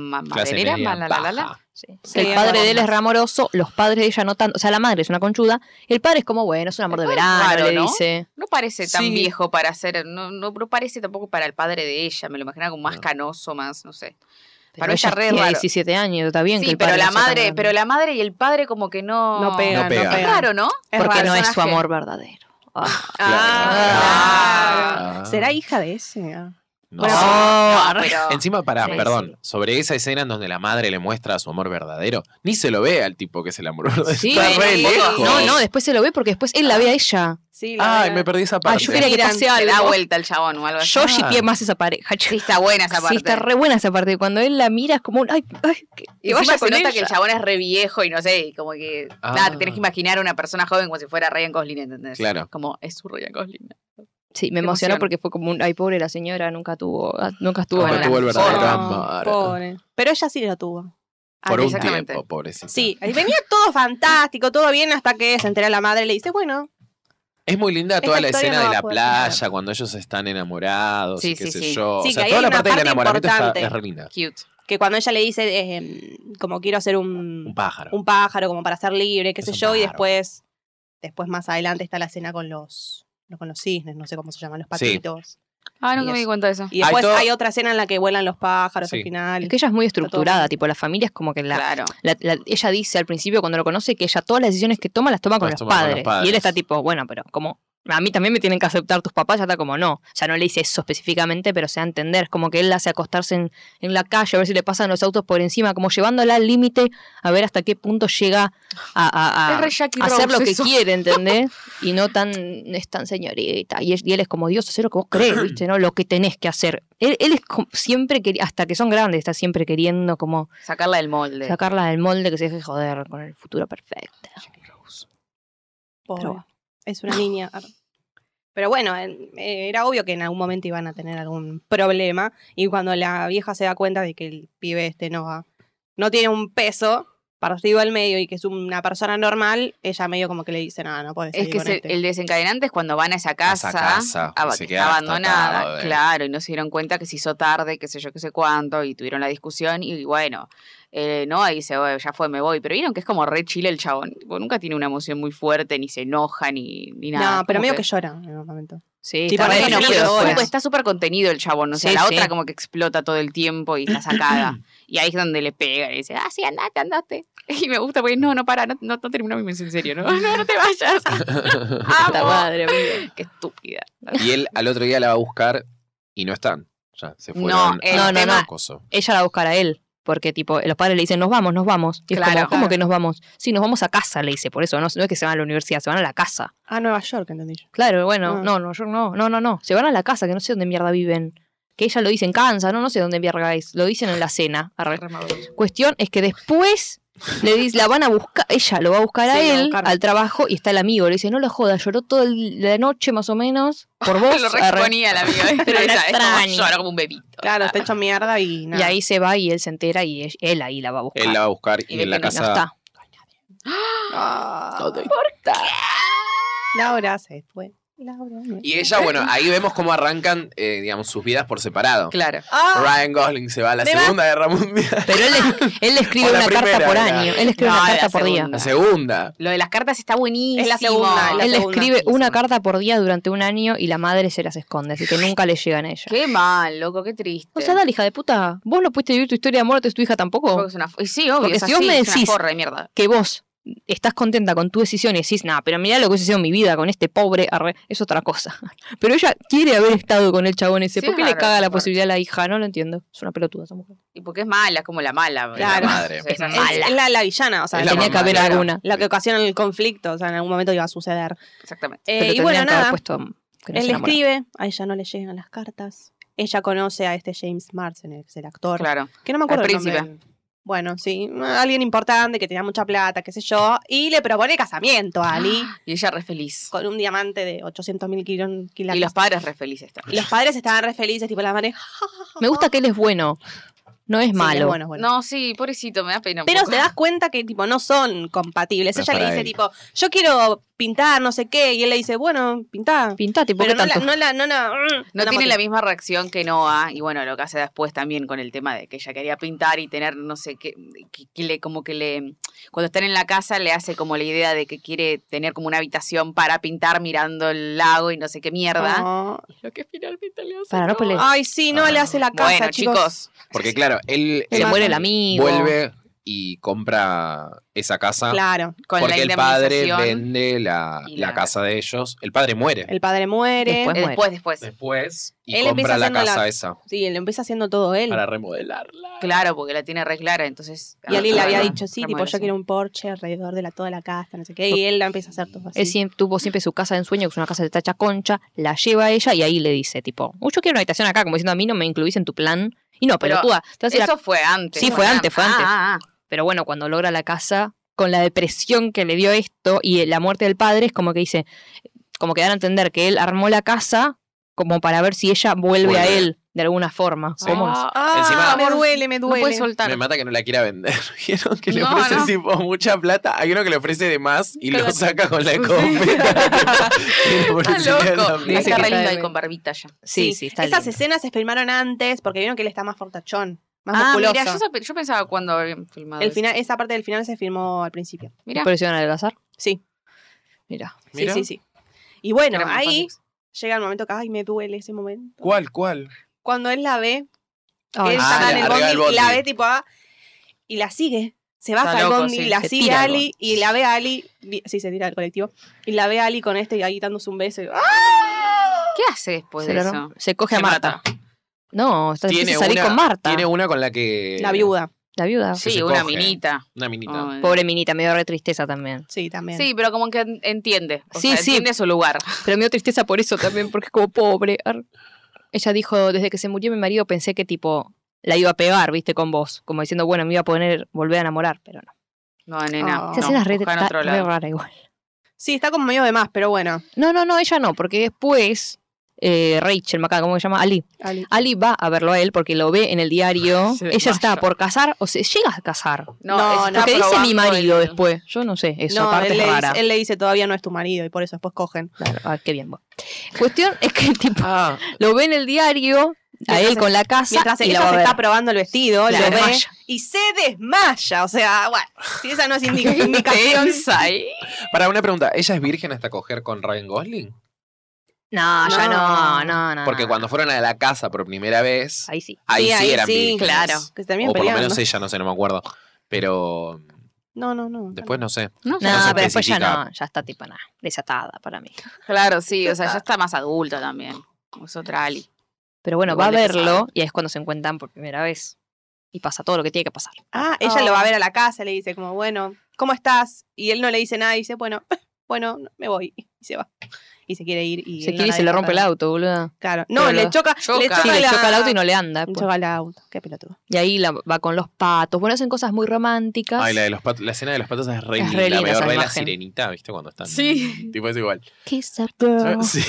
[SPEAKER 4] mamadera,
[SPEAKER 1] media,
[SPEAKER 4] la, la, la, la.
[SPEAKER 1] baja.
[SPEAKER 3] Sí.
[SPEAKER 2] Sí,
[SPEAKER 3] el
[SPEAKER 2] es
[SPEAKER 3] padre de
[SPEAKER 2] verdad.
[SPEAKER 3] él es ramoroso, los padres de ella no tanto. O sea, la madre es una conchuda. El padre es como, bueno, es un amor de
[SPEAKER 4] El padre
[SPEAKER 3] verano,
[SPEAKER 4] raro,
[SPEAKER 3] le
[SPEAKER 4] ¿no?
[SPEAKER 3] dice.
[SPEAKER 4] No parece tan
[SPEAKER 1] Sí.
[SPEAKER 4] viejo para ser, no, no, no parece tampoco para el padre de ella, me lo imaginaba como más
[SPEAKER 1] No.
[SPEAKER 4] canoso, más, no sé.
[SPEAKER 3] Pero
[SPEAKER 4] Para mí
[SPEAKER 3] ella
[SPEAKER 4] está re
[SPEAKER 3] tiene
[SPEAKER 4] raro.
[SPEAKER 3] 17 años, está bien que
[SPEAKER 4] sí,
[SPEAKER 3] el padre
[SPEAKER 4] pero la
[SPEAKER 3] no sea tan
[SPEAKER 4] madre,
[SPEAKER 3] grande.
[SPEAKER 4] pero la madre y el padre como que no,
[SPEAKER 2] No pega,
[SPEAKER 1] No
[SPEAKER 2] no
[SPEAKER 1] pega.
[SPEAKER 2] pega.
[SPEAKER 4] Es raro, ¿no?
[SPEAKER 2] Es
[SPEAKER 3] Porque
[SPEAKER 2] raro.
[SPEAKER 3] no es su
[SPEAKER 4] personaje.
[SPEAKER 3] amor verdadero. Ah.
[SPEAKER 2] Ah,
[SPEAKER 4] Claro.
[SPEAKER 1] Ah.
[SPEAKER 2] ¿Será hija de ese? Ah.
[SPEAKER 1] No
[SPEAKER 2] Bueno,
[SPEAKER 1] sé.
[SPEAKER 4] No,
[SPEAKER 3] Ah.
[SPEAKER 4] pero
[SPEAKER 1] Encima, para,
[SPEAKER 3] Sí,
[SPEAKER 1] perdón, sobre esa escena en donde la madre le muestra su amor verdadero, ni se lo ve al tipo que es el amor verdadero.
[SPEAKER 3] Sí,
[SPEAKER 1] Está re
[SPEAKER 4] sí,
[SPEAKER 1] lejos.
[SPEAKER 3] No, no, después se lo ve porque después él la ve a ella.
[SPEAKER 2] Sí,
[SPEAKER 1] Ay,
[SPEAKER 2] la verdad.
[SPEAKER 1] me perdí esa
[SPEAKER 3] Ah,
[SPEAKER 1] parte.
[SPEAKER 3] yo quería que
[SPEAKER 2] Miran,
[SPEAKER 3] pase
[SPEAKER 4] se da
[SPEAKER 3] algo.
[SPEAKER 4] vuelta el chabón o algo así.
[SPEAKER 3] Yo
[SPEAKER 1] Ah.
[SPEAKER 3] shipeé más esa pareja.
[SPEAKER 4] Sí, está buena esa parte.
[SPEAKER 3] Sí, está re buena esa parte. Cuando él la mira es como un. Ay, ay, que, que
[SPEAKER 4] Y
[SPEAKER 3] vaya
[SPEAKER 4] vaya
[SPEAKER 3] con
[SPEAKER 4] se nota
[SPEAKER 3] ella.
[SPEAKER 4] que el chabón es re viejo y no sé, y como que
[SPEAKER 1] Ah.
[SPEAKER 4] nada, te tenés que imaginar a una persona joven como si fuera Ryan Gosling, ¿entendés?
[SPEAKER 1] Claro.
[SPEAKER 4] Como es su Ryan Gosling.
[SPEAKER 3] Sí, me
[SPEAKER 4] Te
[SPEAKER 3] emocionó
[SPEAKER 4] emociona.
[SPEAKER 3] porque fue como un. Ay, pobre la señora, nunca tuvo. ah, Nunca estuvo.
[SPEAKER 1] Nunca
[SPEAKER 3] en la-
[SPEAKER 1] tuvo el verdadero
[SPEAKER 4] Pobre.
[SPEAKER 1] amor.
[SPEAKER 2] Pobre. Pero ella sí lo tuvo.
[SPEAKER 1] Por un
[SPEAKER 4] exactamente.
[SPEAKER 1] tiempo, pobrecita.
[SPEAKER 2] Sí, ahí venía todo fantástico, todo bien, hasta que se entera la madre y le dice, bueno,
[SPEAKER 1] Es muy linda toda
[SPEAKER 2] Esta
[SPEAKER 1] la
[SPEAKER 2] historia
[SPEAKER 1] escena
[SPEAKER 2] no
[SPEAKER 1] de
[SPEAKER 2] va a
[SPEAKER 1] la
[SPEAKER 2] poder
[SPEAKER 1] playa, cuando ellos están enamorados
[SPEAKER 3] Sí,
[SPEAKER 1] y qué
[SPEAKER 3] sí,
[SPEAKER 1] sé
[SPEAKER 3] sí.
[SPEAKER 1] yo.
[SPEAKER 2] Sí,
[SPEAKER 1] o
[SPEAKER 2] que
[SPEAKER 1] sea,
[SPEAKER 2] hay
[SPEAKER 1] toda la
[SPEAKER 2] una
[SPEAKER 1] parte del
[SPEAKER 2] parte
[SPEAKER 1] enamoramiento está,
[SPEAKER 2] importante.
[SPEAKER 1] es re linda.
[SPEAKER 3] Cute.
[SPEAKER 2] que cuando ella le dice, eh, como quiero hacer un,
[SPEAKER 1] Un pájaro.
[SPEAKER 2] un pájaro, como para ser libre, qué
[SPEAKER 1] Es
[SPEAKER 2] sé
[SPEAKER 1] un
[SPEAKER 2] yo, y
[SPEAKER 1] pájaro.
[SPEAKER 2] después, después más adelante está la escena con los, no, con los cisnes, no sé cómo se llaman, los
[SPEAKER 1] Sí.
[SPEAKER 2] patitos.
[SPEAKER 4] Ah,
[SPEAKER 2] Y
[SPEAKER 4] nunca me
[SPEAKER 2] es-
[SPEAKER 4] di cuenta de eso.
[SPEAKER 2] Y después
[SPEAKER 1] todo-
[SPEAKER 2] hay otra escena en la que vuelan los pájaros
[SPEAKER 1] Sí.
[SPEAKER 2] al final.
[SPEAKER 3] Es que ella es muy
[SPEAKER 2] todo
[SPEAKER 3] estructurada,
[SPEAKER 2] bien.
[SPEAKER 3] tipo, la familia es como que la,
[SPEAKER 4] Claro.
[SPEAKER 3] la- la- ella dice al principio cuando lo conoce que ella todas las decisiones que toma las toma con,
[SPEAKER 1] Las
[SPEAKER 3] los,
[SPEAKER 1] toma con los
[SPEAKER 3] padres. Y
[SPEAKER 1] padres.
[SPEAKER 3] él está tipo, bueno, pero como a mí también me tienen que aceptar tus papás, ya está como no. Ya no le dice eso específicamente, pero se da a entender. Es como que él la hace acostarse en, en la calle, a ver si le pasan los autos por encima, como llevándola al límite a ver hasta qué punto llega a, a- a
[SPEAKER 4] es re Jackie
[SPEAKER 3] Ah. hacer lo
[SPEAKER 4] Rose
[SPEAKER 3] que
[SPEAKER 4] eso.
[SPEAKER 3] quiere, ¿entendés? Y no tan, es tan señorita. Y, es- y él es como, Dios, hacer lo que vos crees, ¿viste? ¿No? Lo que tenés que hacer. Él, él es como- siempre, queri- hasta que son grandes, está siempre queriendo como
[SPEAKER 4] Sacarla del molde.
[SPEAKER 3] Sacarla del molde que se deje joder con el futuro perfecto.
[SPEAKER 2] Pobre.
[SPEAKER 3] Pero bueno.
[SPEAKER 2] Es una niña. Ar- Pero bueno, en- eh, era obvio que en algún momento iban a tener algún problema. Y cuando la vieja se da cuenta de que el pibe este no va, no tiene un peso partido al medio y que es una persona normal, ella medio como que le dice, no, no puede ser.
[SPEAKER 4] Es que se- el desencadenante es cuando van a esa
[SPEAKER 1] A
[SPEAKER 4] casa,
[SPEAKER 1] esa casa,
[SPEAKER 4] ab-
[SPEAKER 1] se
[SPEAKER 4] que
[SPEAKER 1] queda
[SPEAKER 4] está
[SPEAKER 1] hasta
[SPEAKER 4] abandonada,
[SPEAKER 1] tarde.
[SPEAKER 4] claro, y no se dieron cuenta que se hizo tarde, qué sé yo, qué sé cuánto, y tuvieron la discusión, y bueno, eh, no, ahí dice, "Bueno, ya fue, me voy, pero vieron que es como re chile el chabón, Tipo, nunca tiene una emoción muy fuerte, ni se enoja, ni, ni nada.
[SPEAKER 2] No, pero medio
[SPEAKER 4] medio
[SPEAKER 2] que llora en algún momento.
[SPEAKER 3] Sí,
[SPEAKER 2] Tipo,
[SPEAKER 3] está re
[SPEAKER 2] re
[SPEAKER 4] bueno,
[SPEAKER 2] contenido,
[SPEAKER 4] pero
[SPEAKER 3] después.
[SPEAKER 4] supo- está súper contenido el chabón, o sea,
[SPEAKER 3] Sí,
[SPEAKER 4] la
[SPEAKER 3] sí.
[SPEAKER 4] otra como que explota todo el tiempo y está sacada. y ahí es donde le pega, le dice, ah, sí, andate, andate. Y me gusta porque, no, no, para, no, no, no terminó mi mes en serio, no, no, no te vayas.
[SPEAKER 3] Puta
[SPEAKER 4] Amo.
[SPEAKER 3] madre, mía.
[SPEAKER 4] Qué estúpida.
[SPEAKER 1] Y él al otro día la va a buscar y no están. Ya, se
[SPEAKER 4] No,
[SPEAKER 1] fueron.
[SPEAKER 4] el
[SPEAKER 1] a-
[SPEAKER 3] No, no,
[SPEAKER 1] a
[SPEAKER 3] no.
[SPEAKER 1] coso.
[SPEAKER 3] Ella la va a buscar a él. Porque, tipo, los padres le dicen, nos vamos, nos vamos. Y es
[SPEAKER 4] Claro,
[SPEAKER 3] como, ¿cómo
[SPEAKER 4] claro.
[SPEAKER 3] que nos vamos? Sí, nos vamos a casa, le dice. Por eso, no, no es que se van a la universidad, se van a la casa.
[SPEAKER 2] Ah, Nueva York, entendí yo.
[SPEAKER 3] Claro, bueno,
[SPEAKER 2] Ah.
[SPEAKER 3] no, no, yo no, no, no, no. Se van a la casa, que no sé dónde mierda viven. Que ella lo dice en Kansas, no, no sé dónde mierda es. Lo dicen en la cena. Arre. Cuestión es que después le dice, la van a buscar, ella lo va a buscar a
[SPEAKER 2] Sí, lo va a
[SPEAKER 3] él
[SPEAKER 2] buscar.
[SPEAKER 3] al trabajo y está el amigo. Le dice, no lo jodas, lloró toda el- la noche más o menos por vos.
[SPEAKER 4] Lo
[SPEAKER 3] Arre.
[SPEAKER 4] reexponía la amiga. ¿eh?
[SPEAKER 3] Pero era
[SPEAKER 4] Esa, es como
[SPEAKER 3] extraño.
[SPEAKER 4] Llora como un bebito.
[SPEAKER 2] Claro, está hecho mierda y nada.
[SPEAKER 3] Y ahí se va y él se entera y es- él ahí la va a buscar.
[SPEAKER 1] Él la va a buscar
[SPEAKER 4] Y
[SPEAKER 1] y,
[SPEAKER 4] ve
[SPEAKER 1] en
[SPEAKER 4] que
[SPEAKER 1] la
[SPEAKER 3] No
[SPEAKER 1] casa.
[SPEAKER 3] está.
[SPEAKER 2] Ah, Laura se fue. Laura. me-
[SPEAKER 1] Y ella, bueno, ahí vemos cómo arrancan, eh, digamos, sus vidas por separado.
[SPEAKER 4] Claro.
[SPEAKER 2] Ah,
[SPEAKER 1] Ryan Gosling se va a la
[SPEAKER 2] Me va-
[SPEAKER 1] Segunda Guerra Mundial.
[SPEAKER 3] Pero él, le- él le escribe
[SPEAKER 1] O la
[SPEAKER 3] una carta
[SPEAKER 1] primera,
[SPEAKER 3] por
[SPEAKER 1] era.
[SPEAKER 3] año. Él escribe
[SPEAKER 4] No,
[SPEAKER 3] una
[SPEAKER 4] era
[SPEAKER 3] carta por día.
[SPEAKER 4] segunda.
[SPEAKER 1] La segunda.
[SPEAKER 4] Lo de las cartas está buenísimo.
[SPEAKER 2] Es la segunda, es la
[SPEAKER 3] Él le
[SPEAKER 2] segunda.
[SPEAKER 3] escribe una
[SPEAKER 2] Buenísima.
[SPEAKER 3] carta por día durante un año y la madre se las esconde, así que nunca le llegan a ella.
[SPEAKER 4] Qué mal, loco, qué triste.
[SPEAKER 3] O sea, dale, hija de puta, vos no pudiste vivir tu historia de amor, ¿tú es tu hija tampoco.
[SPEAKER 4] Porque es una f- y sí, obvio.
[SPEAKER 3] Porque
[SPEAKER 4] es
[SPEAKER 3] si vos
[SPEAKER 4] así,
[SPEAKER 3] me
[SPEAKER 4] es una
[SPEAKER 3] decís-
[SPEAKER 4] forra de mierda.
[SPEAKER 3] Que vos estás contenta con tu decisión y decís, nah, pero mirá lo que hubiese sido mi vida con este pobre, arre, es otra cosa. Pero ella quiere haber estado con el chabón ese.
[SPEAKER 4] Sí,
[SPEAKER 3] ¿Por
[SPEAKER 4] es
[SPEAKER 3] qué le
[SPEAKER 4] raro
[SPEAKER 3] caga
[SPEAKER 4] esa
[SPEAKER 3] la
[SPEAKER 4] parte.
[SPEAKER 3] posibilidad a la hija? No lo entiendo. Es una pelotuda esa mujer.
[SPEAKER 4] Y porque es mala, es como la mala.
[SPEAKER 1] la
[SPEAKER 4] ¿verdad?
[SPEAKER 1] madre.
[SPEAKER 4] O sea, es
[SPEAKER 3] Es
[SPEAKER 4] así.
[SPEAKER 2] es, es la, Eh, la villana, o sea,
[SPEAKER 1] Es la
[SPEAKER 3] Tenía que
[SPEAKER 1] mamá,
[SPEAKER 3] haber
[SPEAKER 1] claro.
[SPEAKER 3] alguna.
[SPEAKER 2] lo que ocasiona el conflicto, o sea, en algún momento iba a suceder.
[SPEAKER 4] Exactamente.
[SPEAKER 2] Eh,
[SPEAKER 3] Pero
[SPEAKER 2] y bueno,
[SPEAKER 3] tendrían que haber
[SPEAKER 2] nada,
[SPEAKER 3] puesto que no se
[SPEAKER 2] él le
[SPEAKER 3] enamoró.
[SPEAKER 2] escribe, a ella no le llegan las cartas. Ella conoce a este James Marsden, el, el actor,
[SPEAKER 4] Claro.
[SPEAKER 2] que no me acuerdo
[SPEAKER 4] al
[SPEAKER 2] el nombre
[SPEAKER 4] príncipe.
[SPEAKER 2] del- Bueno, sí, alguien importante que tenía mucha plata, qué sé yo, y le propone casamiento a Ali
[SPEAKER 4] Y ella re feliz.
[SPEAKER 2] con un diamante de 800 mil kilos.
[SPEAKER 4] Y los padres re felices también.
[SPEAKER 2] padres estaban re felices, tipo la madre. "Ja, ja, ja,
[SPEAKER 3] Me gusta que él es bueno, no es
[SPEAKER 2] sí,
[SPEAKER 3] malo.
[SPEAKER 2] es bueno, es bueno.
[SPEAKER 4] No, sí, pobrecito, me da pena. un
[SPEAKER 2] Pero
[SPEAKER 4] poco.
[SPEAKER 2] te das cuenta que tipo no son compatibles.
[SPEAKER 1] No es
[SPEAKER 2] Ella le
[SPEAKER 1] para
[SPEAKER 2] dice
[SPEAKER 1] él.
[SPEAKER 2] tipo, yo quiero pintar, no sé qué, y él le dice, bueno, pintá.
[SPEAKER 3] Pintate, ¿por
[SPEAKER 2] Pero
[SPEAKER 3] qué
[SPEAKER 2] no la,
[SPEAKER 3] tanto?
[SPEAKER 2] no la, no la,
[SPEAKER 4] No tiene la misma reacción que Noah, y bueno, lo que hace después también con el tema de que ella quería pintar y tener, no sé, qué, que, que le, como que le, cuando están en la casa le hace como la idea de que quiere tener como una habitación para pintar mirando el lago y no sé qué mierda.
[SPEAKER 2] ¿verdad?
[SPEAKER 4] Lo que finalmente le hace
[SPEAKER 3] Para, no
[SPEAKER 4] Noah.
[SPEAKER 3] pelees.
[SPEAKER 2] Ay, sí, no
[SPEAKER 1] Ah.
[SPEAKER 2] le hace la casa,
[SPEAKER 4] Bueno, chicos,
[SPEAKER 1] Porque, claro, él.
[SPEAKER 3] Se
[SPEAKER 1] él
[SPEAKER 3] muere el amigo.
[SPEAKER 1] Vuelve y compra esa casa.
[SPEAKER 2] Claro,
[SPEAKER 4] con la
[SPEAKER 1] porque el padre
[SPEAKER 4] indemnización,
[SPEAKER 1] vende la,
[SPEAKER 4] Y
[SPEAKER 1] la
[SPEAKER 4] la-
[SPEAKER 1] casa de ellos. El padre muere.
[SPEAKER 2] el padre muere.
[SPEAKER 3] Después.
[SPEAKER 4] eh, Después, después.
[SPEAKER 1] Después. Y
[SPEAKER 2] Él empieza
[SPEAKER 1] compra la
[SPEAKER 2] haciendo la-
[SPEAKER 1] casa esa
[SPEAKER 2] Sí, él empieza haciendo todo él.
[SPEAKER 1] para remodelarla.
[SPEAKER 4] Claro, porque la tiene re clara, entonces.
[SPEAKER 2] Y Ali le había
[SPEAKER 4] Ah,
[SPEAKER 2] dicho, sí, tipo, yo
[SPEAKER 4] remodelación.
[SPEAKER 2] quiero un Porsche alrededor de la, toda la casa, no sé qué. Y él la empieza a hacer todo así.
[SPEAKER 3] Él siempre, tuvo siempre su casa de ensueño, que es una casa de tacha concha, la lleva a ella y ahí le dice, tipo, "Uy, yo quiero una habitación acá, como diciendo, a mí no me incluís en tu plan. Y no,
[SPEAKER 4] Pero
[SPEAKER 3] pero tú, te vas a ir a-
[SPEAKER 4] Eso fue antes.
[SPEAKER 3] Sí, fue antes, fue
[SPEAKER 4] Ah,
[SPEAKER 3] antes.
[SPEAKER 4] ah, ah.
[SPEAKER 3] Pero bueno, cuando logra la casa, con la depresión que le dio esto y la muerte del padre, es como que dice, como que dan a entender que él armó la casa como para ver si ella vuelve a
[SPEAKER 1] Vuelve.
[SPEAKER 3] él. de alguna forma.
[SPEAKER 1] Sí.
[SPEAKER 3] ¿Cómo es?
[SPEAKER 4] Ah,
[SPEAKER 2] Ah,
[SPEAKER 1] Encima-
[SPEAKER 2] me duele, me
[SPEAKER 4] No
[SPEAKER 2] duele.
[SPEAKER 4] puedes soltar.
[SPEAKER 1] Me mata que no la quiera vender. ¿Vieron que le
[SPEAKER 4] No,
[SPEAKER 1] ofrece
[SPEAKER 4] no.
[SPEAKER 1] tipo mucha plata? Hay uno que le ofrece de más y lo
[SPEAKER 4] Pero-
[SPEAKER 1] saca con la escopeta. Tipo,
[SPEAKER 4] Está
[SPEAKER 1] sí, anda
[SPEAKER 4] loco.
[SPEAKER 1] bien.
[SPEAKER 3] Dice
[SPEAKER 4] Está
[SPEAKER 3] que
[SPEAKER 4] re
[SPEAKER 3] está
[SPEAKER 4] lindo
[SPEAKER 3] de-
[SPEAKER 4] y con barbita ya.
[SPEAKER 3] Sí, sí, está
[SPEAKER 2] Esas
[SPEAKER 3] lindo.
[SPEAKER 2] escenas se filmaron antes porque vieron que él está más fortachón, más
[SPEAKER 4] Ah,
[SPEAKER 2] musculoso.
[SPEAKER 4] mira, yo, sospe- yo pensaba cuando habían filmado.
[SPEAKER 2] El
[SPEAKER 4] eso.
[SPEAKER 2] final, esa parte del final se filmó al principio.
[SPEAKER 4] Mirá.
[SPEAKER 3] ¿Pero se iban a adelgazar?
[SPEAKER 2] Sí,
[SPEAKER 3] Mira.
[SPEAKER 1] Mira.
[SPEAKER 2] sí, sí, sí. Y bueno,
[SPEAKER 4] Éramos
[SPEAKER 2] ahí
[SPEAKER 4] fáciles.
[SPEAKER 2] llega el momento que, ay, me duele ese momento.
[SPEAKER 1] ¿Cuál, cuál?
[SPEAKER 2] Cuando él la ve,
[SPEAKER 3] Ay,
[SPEAKER 2] él
[SPEAKER 1] Ah,
[SPEAKER 2] saca
[SPEAKER 1] la
[SPEAKER 2] en el
[SPEAKER 1] arriba
[SPEAKER 2] bondi,
[SPEAKER 1] del bondi.
[SPEAKER 2] la ve tipo ah, y la sigue. Se baja
[SPEAKER 4] Está
[SPEAKER 2] al
[SPEAKER 4] loco,
[SPEAKER 2] bondi,
[SPEAKER 4] sí,
[SPEAKER 2] la
[SPEAKER 3] se
[SPEAKER 2] sigue
[SPEAKER 3] tira al
[SPEAKER 2] Ali
[SPEAKER 3] bondi.
[SPEAKER 2] y la ve a Ali, vi- sí, se tira al colectivo, y la ve a Ali con este y ahí dándose un beso. y, ¡ah!
[SPEAKER 4] ¿Qué hace después
[SPEAKER 3] se,
[SPEAKER 4] de
[SPEAKER 3] lo-
[SPEAKER 4] eso?
[SPEAKER 3] se coge a
[SPEAKER 4] Se
[SPEAKER 3] Marta.
[SPEAKER 4] mata.
[SPEAKER 3] No, está
[SPEAKER 1] Tiene
[SPEAKER 3] empieza a salir
[SPEAKER 1] una-
[SPEAKER 3] con Marta.
[SPEAKER 1] Tiene una con la que.
[SPEAKER 2] La viuda, Ah.
[SPEAKER 3] La viuda.
[SPEAKER 1] Sí,
[SPEAKER 4] Sí,
[SPEAKER 1] se
[SPEAKER 4] una
[SPEAKER 1] coge.
[SPEAKER 4] minita.
[SPEAKER 1] Una minita.
[SPEAKER 4] Ay.
[SPEAKER 3] Pobre minita, me dio re tristeza también.
[SPEAKER 2] sí, también.
[SPEAKER 4] Sí, pero como que en- entiende. O
[SPEAKER 3] Sí,
[SPEAKER 4] sea,
[SPEAKER 3] sí.
[SPEAKER 4] Entiende su lugar.
[SPEAKER 3] Pero me dio tristeza por eso también, porque es como pobre. Ar. Ella dijo, desde que se murió mi marido pensé que tipo la iba a pegar, viste, con vos. Como diciendo, bueno, me iba a poner, volver a enamorar, pero no.
[SPEAKER 4] No, nena.
[SPEAKER 2] Ah.
[SPEAKER 3] Esa
[SPEAKER 4] no,
[SPEAKER 3] escena es re,
[SPEAKER 4] busca en
[SPEAKER 3] ta-
[SPEAKER 4] otro
[SPEAKER 3] re
[SPEAKER 4] lado.
[SPEAKER 3] rara igual.
[SPEAKER 2] Sí, está como medio de más, pero bueno.
[SPEAKER 3] No, no, no, ella no, porque después eh, Rachel, Maca, ¿cómo se llama? Ali.
[SPEAKER 2] Ali.
[SPEAKER 3] Ali va a verlo a él porque lo ve en el diario.
[SPEAKER 4] Se
[SPEAKER 3] ella está
[SPEAKER 4] desmaya.
[SPEAKER 3] por casar o se llega a casar.
[SPEAKER 2] No,
[SPEAKER 4] está
[SPEAKER 2] no.
[SPEAKER 3] Lo que dice mi
[SPEAKER 4] probando
[SPEAKER 3] marido
[SPEAKER 4] el-
[SPEAKER 3] después. Yo no sé, eso
[SPEAKER 2] no,
[SPEAKER 3] aparte
[SPEAKER 2] él, le
[SPEAKER 3] es rara.
[SPEAKER 2] dice, él le dice todavía no es tu marido y por eso después cogen.
[SPEAKER 3] Claro, ah, qué bien. bueno. Cuestión es que tipo
[SPEAKER 1] Ah,
[SPEAKER 3] lo ve en el diario a
[SPEAKER 2] Mientras
[SPEAKER 3] él con la casa
[SPEAKER 2] Mientras
[SPEAKER 3] y
[SPEAKER 2] ella
[SPEAKER 3] la va a
[SPEAKER 2] se
[SPEAKER 3] ver.
[SPEAKER 2] está probando el vestido,
[SPEAKER 3] Claro,
[SPEAKER 2] lo ve
[SPEAKER 3] desmaya.
[SPEAKER 2] y se desmaya. O sea, bueno, si esa no es indi- indicación.
[SPEAKER 4] Tensa ahí.
[SPEAKER 1] para una pregunta, ¿ella es virgen hasta coger con Ryan Gosling?
[SPEAKER 3] No, ya no, no, no.
[SPEAKER 1] Porque
[SPEAKER 3] no.
[SPEAKER 1] cuando fueron a la casa por primera vez,
[SPEAKER 3] Ahí sí.
[SPEAKER 1] ahí sí, eran
[SPEAKER 2] sí,
[SPEAKER 1] vírgenes.
[SPEAKER 4] claro.
[SPEAKER 2] Que se terminan
[SPEAKER 1] O por lo
[SPEAKER 2] peleando.
[SPEAKER 1] menos ella, no sé, no me acuerdo. Pero
[SPEAKER 2] No, no, no.
[SPEAKER 1] después no sé.
[SPEAKER 4] No,
[SPEAKER 3] No,
[SPEAKER 1] no se
[SPEAKER 3] pero después ya
[SPEAKER 1] especifica.
[SPEAKER 3] no, ya está tipo nada, desatada para mí.
[SPEAKER 4] Claro, sí. O sea, ya está más adulta también. Es otra Ali.
[SPEAKER 3] Pero bueno,
[SPEAKER 4] Igual
[SPEAKER 3] va a
[SPEAKER 4] de pesado.
[SPEAKER 3] verlo y ahí es cuando se encuentran por primera vez. Y pasa todo lo que tiene que pasar.
[SPEAKER 2] Ah, ella lo va a ver a la casa, le dice como, bueno, ¿cómo estás? Y él no le dice nada y dice, bueno, bueno, me voy. Y se va. Y se quiere ir. Y
[SPEAKER 3] se
[SPEAKER 2] él no
[SPEAKER 3] quiere y
[SPEAKER 2] la
[SPEAKER 3] se le
[SPEAKER 2] deja
[SPEAKER 3] rompe el
[SPEAKER 2] para-
[SPEAKER 3] auto, boludo.
[SPEAKER 2] Claro. No,
[SPEAKER 3] Pero
[SPEAKER 2] le
[SPEAKER 3] lo-
[SPEAKER 2] choca, le
[SPEAKER 4] Choca.
[SPEAKER 2] choca,
[SPEAKER 3] Sí, le
[SPEAKER 2] la-
[SPEAKER 3] choca el auto y no le anda.
[SPEAKER 2] Le
[SPEAKER 3] pues.
[SPEAKER 2] choca el auto. Qué pelotudo.
[SPEAKER 3] Y ahí la, va con los patos. Bueno, hacen cosas muy románticas.
[SPEAKER 1] Ay, la, de los patos- la escena de los patos es re
[SPEAKER 3] Es
[SPEAKER 1] linda.
[SPEAKER 3] re linda
[SPEAKER 1] me
[SPEAKER 3] esa
[SPEAKER 1] acordé de la
[SPEAKER 3] imagen.
[SPEAKER 1] sirenita, ¿viste? Cuando están.
[SPEAKER 4] Sí.
[SPEAKER 1] Tipo es igual.
[SPEAKER 3] Kiss a
[SPEAKER 1] ¿Sabes?
[SPEAKER 3] girl.
[SPEAKER 1] Sí.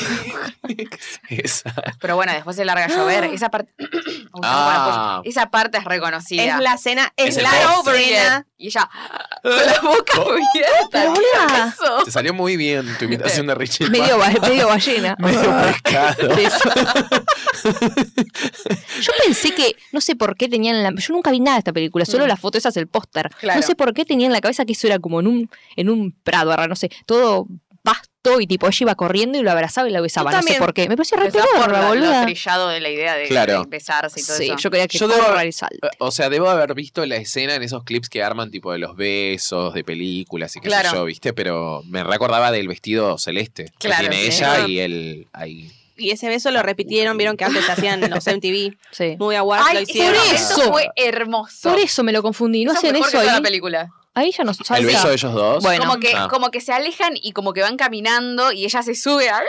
[SPEAKER 1] Esa.
[SPEAKER 4] Pero bueno, después se larga a llover. Esa parte. Uy, estamos con
[SPEAKER 1] Ah.
[SPEAKER 4] apoyo. Esa parte es reconocida.
[SPEAKER 2] Es la cena, es,
[SPEAKER 1] Es el
[SPEAKER 2] la
[SPEAKER 1] postre.
[SPEAKER 2] escena.
[SPEAKER 4] Y ella. Con la boca
[SPEAKER 1] Oh.
[SPEAKER 4] abierta. ¿Qué
[SPEAKER 3] Hola.
[SPEAKER 4] pasó?
[SPEAKER 1] Te salió muy bien tu imitación de Richie.
[SPEAKER 3] Medio, ba- medio ballena.
[SPEAKER 1] Medio pescado.
[SPEAKER 3] Sí, sí. Yo pensé que, no sé por qué tenían en la. Yo nunca vi nada de esta película, solo
[SPEAKER 4] Mm.
[SPEAKER 3] la foto, esa es el póster.
[SPEAKER 4] Claro.
[SPEAKER 3] No sé por qué tenía en la cabeza que eso era como en un, en un prado, ahora no sé, todo pasto y tipo ella iba corriendo y lo abrazaba y la besaba.
[SPEAKER 2] Yo
[SPEAKER 3] No sé
[SPEAKER 2] también.
[SPEAKER 3] por qué. Me parecía re
[SPEAKER 4] Empezás por
[SPEAKER 3] pedorra,
[SPEAKER 4] la- lo
[SPEAKER 3] boluda.
[SPEAKER 4] trillado de la idea de,
[SPEAKER 1] Claro.
[SPEAKER 4] de besarse y todo
[SPEAKER 3] Sí,
[SPEAKER 4] eso.
[SPEAKER 3] yo creía que
[SPEAKER 1] Yo
[SPEAKER 3] yo
[SPEAKER 1] debo- Eh,
[SPEAKER 3] y salte.
[SPEAKER 1] O sea, debo haber visto la escena en esos clips que arman tipo de los besos, de películas y qué
[SPEAKER 4] Claro.
[SPEAKER 1] sé yo, ¿viste? Pero me recordaba del vestido celeste
[SPEAKER 4] Claro,
[SPEAKER 1] que tiene
[SPEAKER 4] sí.
[SPEAKER 1] ella
[SPEAKER 4] Ah.
[SPEAKER 1] y él ahí.
[SPEAKER 2] Y ese beso lo repitieron, vieron que antes hacían los MTV,
[SPEAKER 3] Sí.
[SPEAKER 2] muy aguas lo
[SPEAKER 4] Ay,
[SPEAKER 2] hicieron.
[SPEAKER 4] por
[SPEAKER 3] Eso.
[SPEAKER 4] eso fue hermoso.
[SPEAKER 3] Por eso me lo confundí. No hacen
[SPEAKER 4] mejor que
[SPEAKER 3] eso
[SPEAKER 4] toda la
[SPEAKER 3] ahí.
[SPEAKER 4] película.
[SPEAKER 3] Ahí ya no salta.
[SPEAKER 1] ¿El beso de ellos dos?
[SPEAKER 3] Bueno.
[SPEAKER 4] como, que,
[SPEAKER 1] Ah.
[SPEAKER 4] como que se alejan y como que van caminando y ella se sube. A...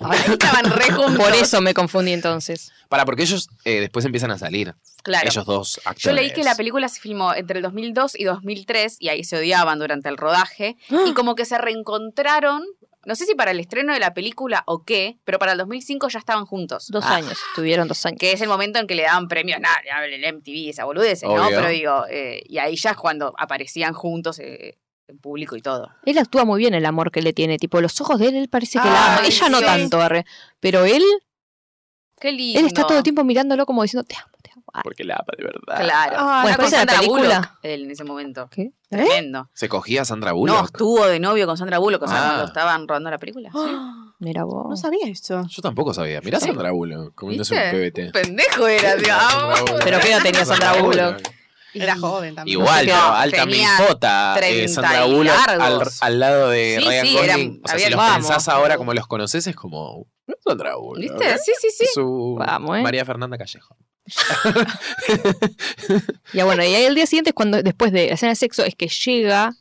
[SPEAKER 3] Ay,
[SPEAKER 4] Estaban re juntos.
[SPEAKER 3] Por eso me confundí entonces.
[SPEAKER 1] Para, porque ellos eh, después empiezan a salir.
[SPEAKER 4] Claro.
[SPEAKER 1] Ellos dos actores.
[SPEAKER 4] Yo leí que la película se filmó entre el 2002 y 2003 y ahí se odiaban durante el rodaje
[SPEAKER 3] ¡Ah!
[SPEAKER 4] y como que se reencontraron, no sé si para el estreno de la película o qué, pero para el 2005 ya estaban juntos.
[SPEAKER 3] Dos
[SPEAKER 4] Ah,
[SPEAKER 3] años. Tuvieron dos años.
[SPEAKER 4] Que es el momento en que le daban premios, nada, le daban el MTV, esa boludez, ¿no?
[SPEAKER 1] Obvio.
[SPEAKER 4] Pero digo, eh, y ahí ya es cuando aparecían juntos eh, en público y todo.
[SPEAKER 3] Él actúa muy bien el amor que le tiene. Tipo, los ojos de él, él parece que la ama.
[SPEAKER 4] Ah, Ay,
[SPEAKER 3] Ella no
[SPEAKER 4] sí.
[SPEAKER 3] tanto, arre. Pero él,
[SPEAKER 4] Qué lindo.
[SPEAKER 3] él está todo el tiempo mirándolo como diciendo, te amo, te amo. Ah, Ay,
[SPEAKER 1] Porque la apa de verdad.
[SPEAKER 4] Claro.
[SPEAKER 2] Ah,
[SPEAKER 4] Bueno,
[SPEAKER 3] la
[SPEAKER 4] con
[SPEAKER 3] cosa de la
[SPEAKER 4] Sandra
[SPEAKER 3] película.
[SPEAKER 4] Bullock, él en ese momento.
[SPEAKER 3] ¿Qué? ¿Eh?
[SPEAKER 4] Tremendo.
[SPEAKER 1] ¿Se cogía a Sandra
[SPEAKER 4] No,
[SPEAKER 1] Bullock?
[SPEAKER 4] estuvo de novio con Sandra Bullock, o sea,
[SPEAKER 1] Ah.
[SPEAKER 4] cuando estaban rodando la película.
[SPEAKER 2] Ah,
[SPEAKER 3] Mira vos.
[SPEAKER 2] No sabía eso.
[SPEAKER 1] Yo tampoco sabía. Mirá a Sandra Bullock comiéndose
[SPEAKER 4] ¿Viste?
[SPEAKER 1] un
[SPEAKER 4] Un
[SPEAKER 1] PBT.
[SPEAKER 4] pendejo era, ah, digamos.
[SPEAKER 3] Pero qué edad tenía Sandra Bullock.
[SPEAKER 2] Era joven también.
[SPEAKER 1] Igual,
[SPEAKER 3] No sé qué
[SPEAKER 1] pero
[SPEAKER 4] edad.
[SPEAKER 1] alta
[SPEAKER 4] Tenía
[SPEAKER 1] milfota. eh,
[SPEAKER 4] 30
[SPEAKER 1] Sandra
[SPEAKER 4] y
[SPEAKER 1] Bullock al,
[SPEAKER 4] largos.
[SPEAKER 1] al lado de
[SPEAKER 4] Sí,
[SPEAKER 1] Ryan
[SPEAKER 4] sí,
[SPEAKER 1] Gosling.
[SPEAKER 4] eran-
[SPEAKER 1] o sea, si
[SPEAKER 4] había-
[SPEAKER 1] los
[SPEAKER 4] vamos.
[SPEAKER 1] pensás ahora como los conoces, es como. "Eh, Sandra Bullock.
[SPEAKER 4] ¿Viste? Sí, sí, sí.
[SPEAKER 1] Su
[SPEAKER 3] Vamos, eh.
[SPEAKER 1] María Fernanda Callejo.
[SPEAKER 3] Ya bueno, y ahí el día siguiente es cuando, después de la escena de sexo, es que llega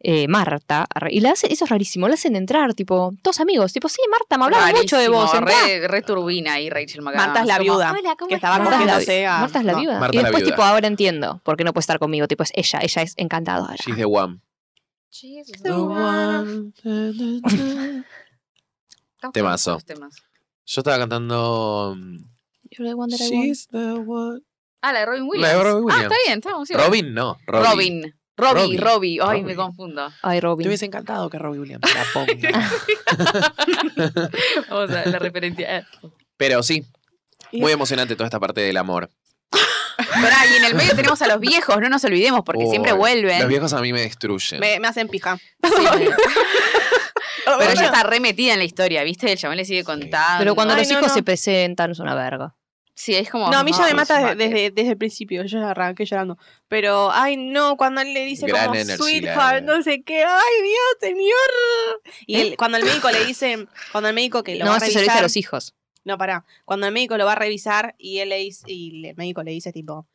[SPEAKER 3] eh, Marta. arre, Y la hace, eso es rarísimo, la hacen entrar, tipo, todos amigos. Tipo, sí, Marta, me hablaba mucho de vos. entrá.
[SPEAKER 4] Re, re turbina ahí, Rachel McAdams.
[SPEAKER 2] Marta es la
[SPEAKER 4] Como,
[SPEAKER 2] viuda,
[SPEAKER 4] "Hola, ¿cómo
[SPEAKER 2] que estaba
[SPEAKER 4] estás?".
[SPEAKER 3] Marta es la,
[SPEAKER 2] cogiéndose
[SPEAKER 3] vi-
[SPEAKER 2] a-
[SPEAKER 3] Marta es la
[SPEAKER 2] no,
[SPEAKER 3] viuda.
[SPEAKER 1] Marta
[SPEAKER 3] y
[SPEAKER 1] la
[SPEAKER 3] después,
[SPEAKER 1] viuda.
[SPEAKER 3] tipo, ahora entiendo por qué no puede estar conmigo. Tipo, es ella, ella es encantadora.
[SPEAKER 1] She's the one.
[SPEAKER 4] Jesus,
[SPEAKER 2] The
[SPEAKER 4] no.
[SPEAKER 2] one.
[SPEAKER 4] Estamos
[SPEAKER 1] Temazo.
[SPEAKER 4] con los temas.
[SPEAKER 1] Yo estaba cantando. mm,
[SPEAKER 3] You're the one that I want.
[SPEAKER 1] She's the one.
[SPEAKER 4] Ah, la de Robin Williams.
[SPEAKER 1] La de Robin
[SPEAKER 4] Ah,
[SPEAKER 1] Williams.
[SPEAKER 4] está bien, estamos bien.
[SPEAKER 1] Robin, no. Robin.
[SPEAKER 4] Robin. Robbie,
[SPEAKER 1] Robbie.
[SPEAKER 4] Robbie. Ay, me
[SPEAKER 1] Robbie.
[SPEAKER 4] confundo.
[SPEAKER 3] Ay,
[SPEAKER 1] Te
[SPEAKER 3] Robin.
[SPEAKER 1] hubiese encantado que Robbie Williams la ponga.
[SPEAKER 4] Vamos a ver la referencia. Eh.
[SPEAKER 1] Pero sí, muy emocionante toda esta parte del amor.
[SPEAKER 4] Pará, y en el medio tenemos a los viejos, no nos olvidemos, porque
[SPEAKER 1] Uy,
[SPEAKER 4] siempre
[SPEAKER 1] Los
[SPEAKER 4] vuelven.
[SPEAKER 1] viejos a mí me destruyen.
[SPEAKER 2] Me, me hacen pija.
[SPEAKER 4] Sí. Pero
[SPEAKER 2] Bueno,
[SPEAKER 4] ella está remetida en la historia, ¿viste? El chabón le sigue contando.
[SPEAKER 3] Pero cuando
[SPEAKER 2] Ay,
[SPEAKER 3] los
[SPEAKER 2] no,
[SPEAKER 3] hijos
[SPEAKER 2] no.
[SPEAKER 3] se presentan es una verga.
[SPEAKER 4] Sí, es como.
[SPEAKER 2] No, a mí ya me
[SPEAKER 4] vamos,
[SPEAKER 2] mata
[SPEAKER 4] mate.
[SPEAKER 2] desde, desde, el principio. Yo ya arranqué llorando. Pero, ay, no, cuando él le dice
[SPEAKER 1] Gran
[SPEAKER 2] como
[SPEAKER 1] energía. eh".
[SPEAKER 2] sweetheart, no sé qué, ay, Dios, señor. Y él, cuando el médico le dice, cuando el médico que lo
[SPEAKER 3] No,
[SPEAKER 2] va a
[SPEAKER 3] eso se lo dice
[SPEAKER 2] revisar,
[SPEAKER 3] a los hijos.
[SPEAKER 2] no, pará, cuando el médico lo va a revisar y él le dice, y el médico le dice, tipo,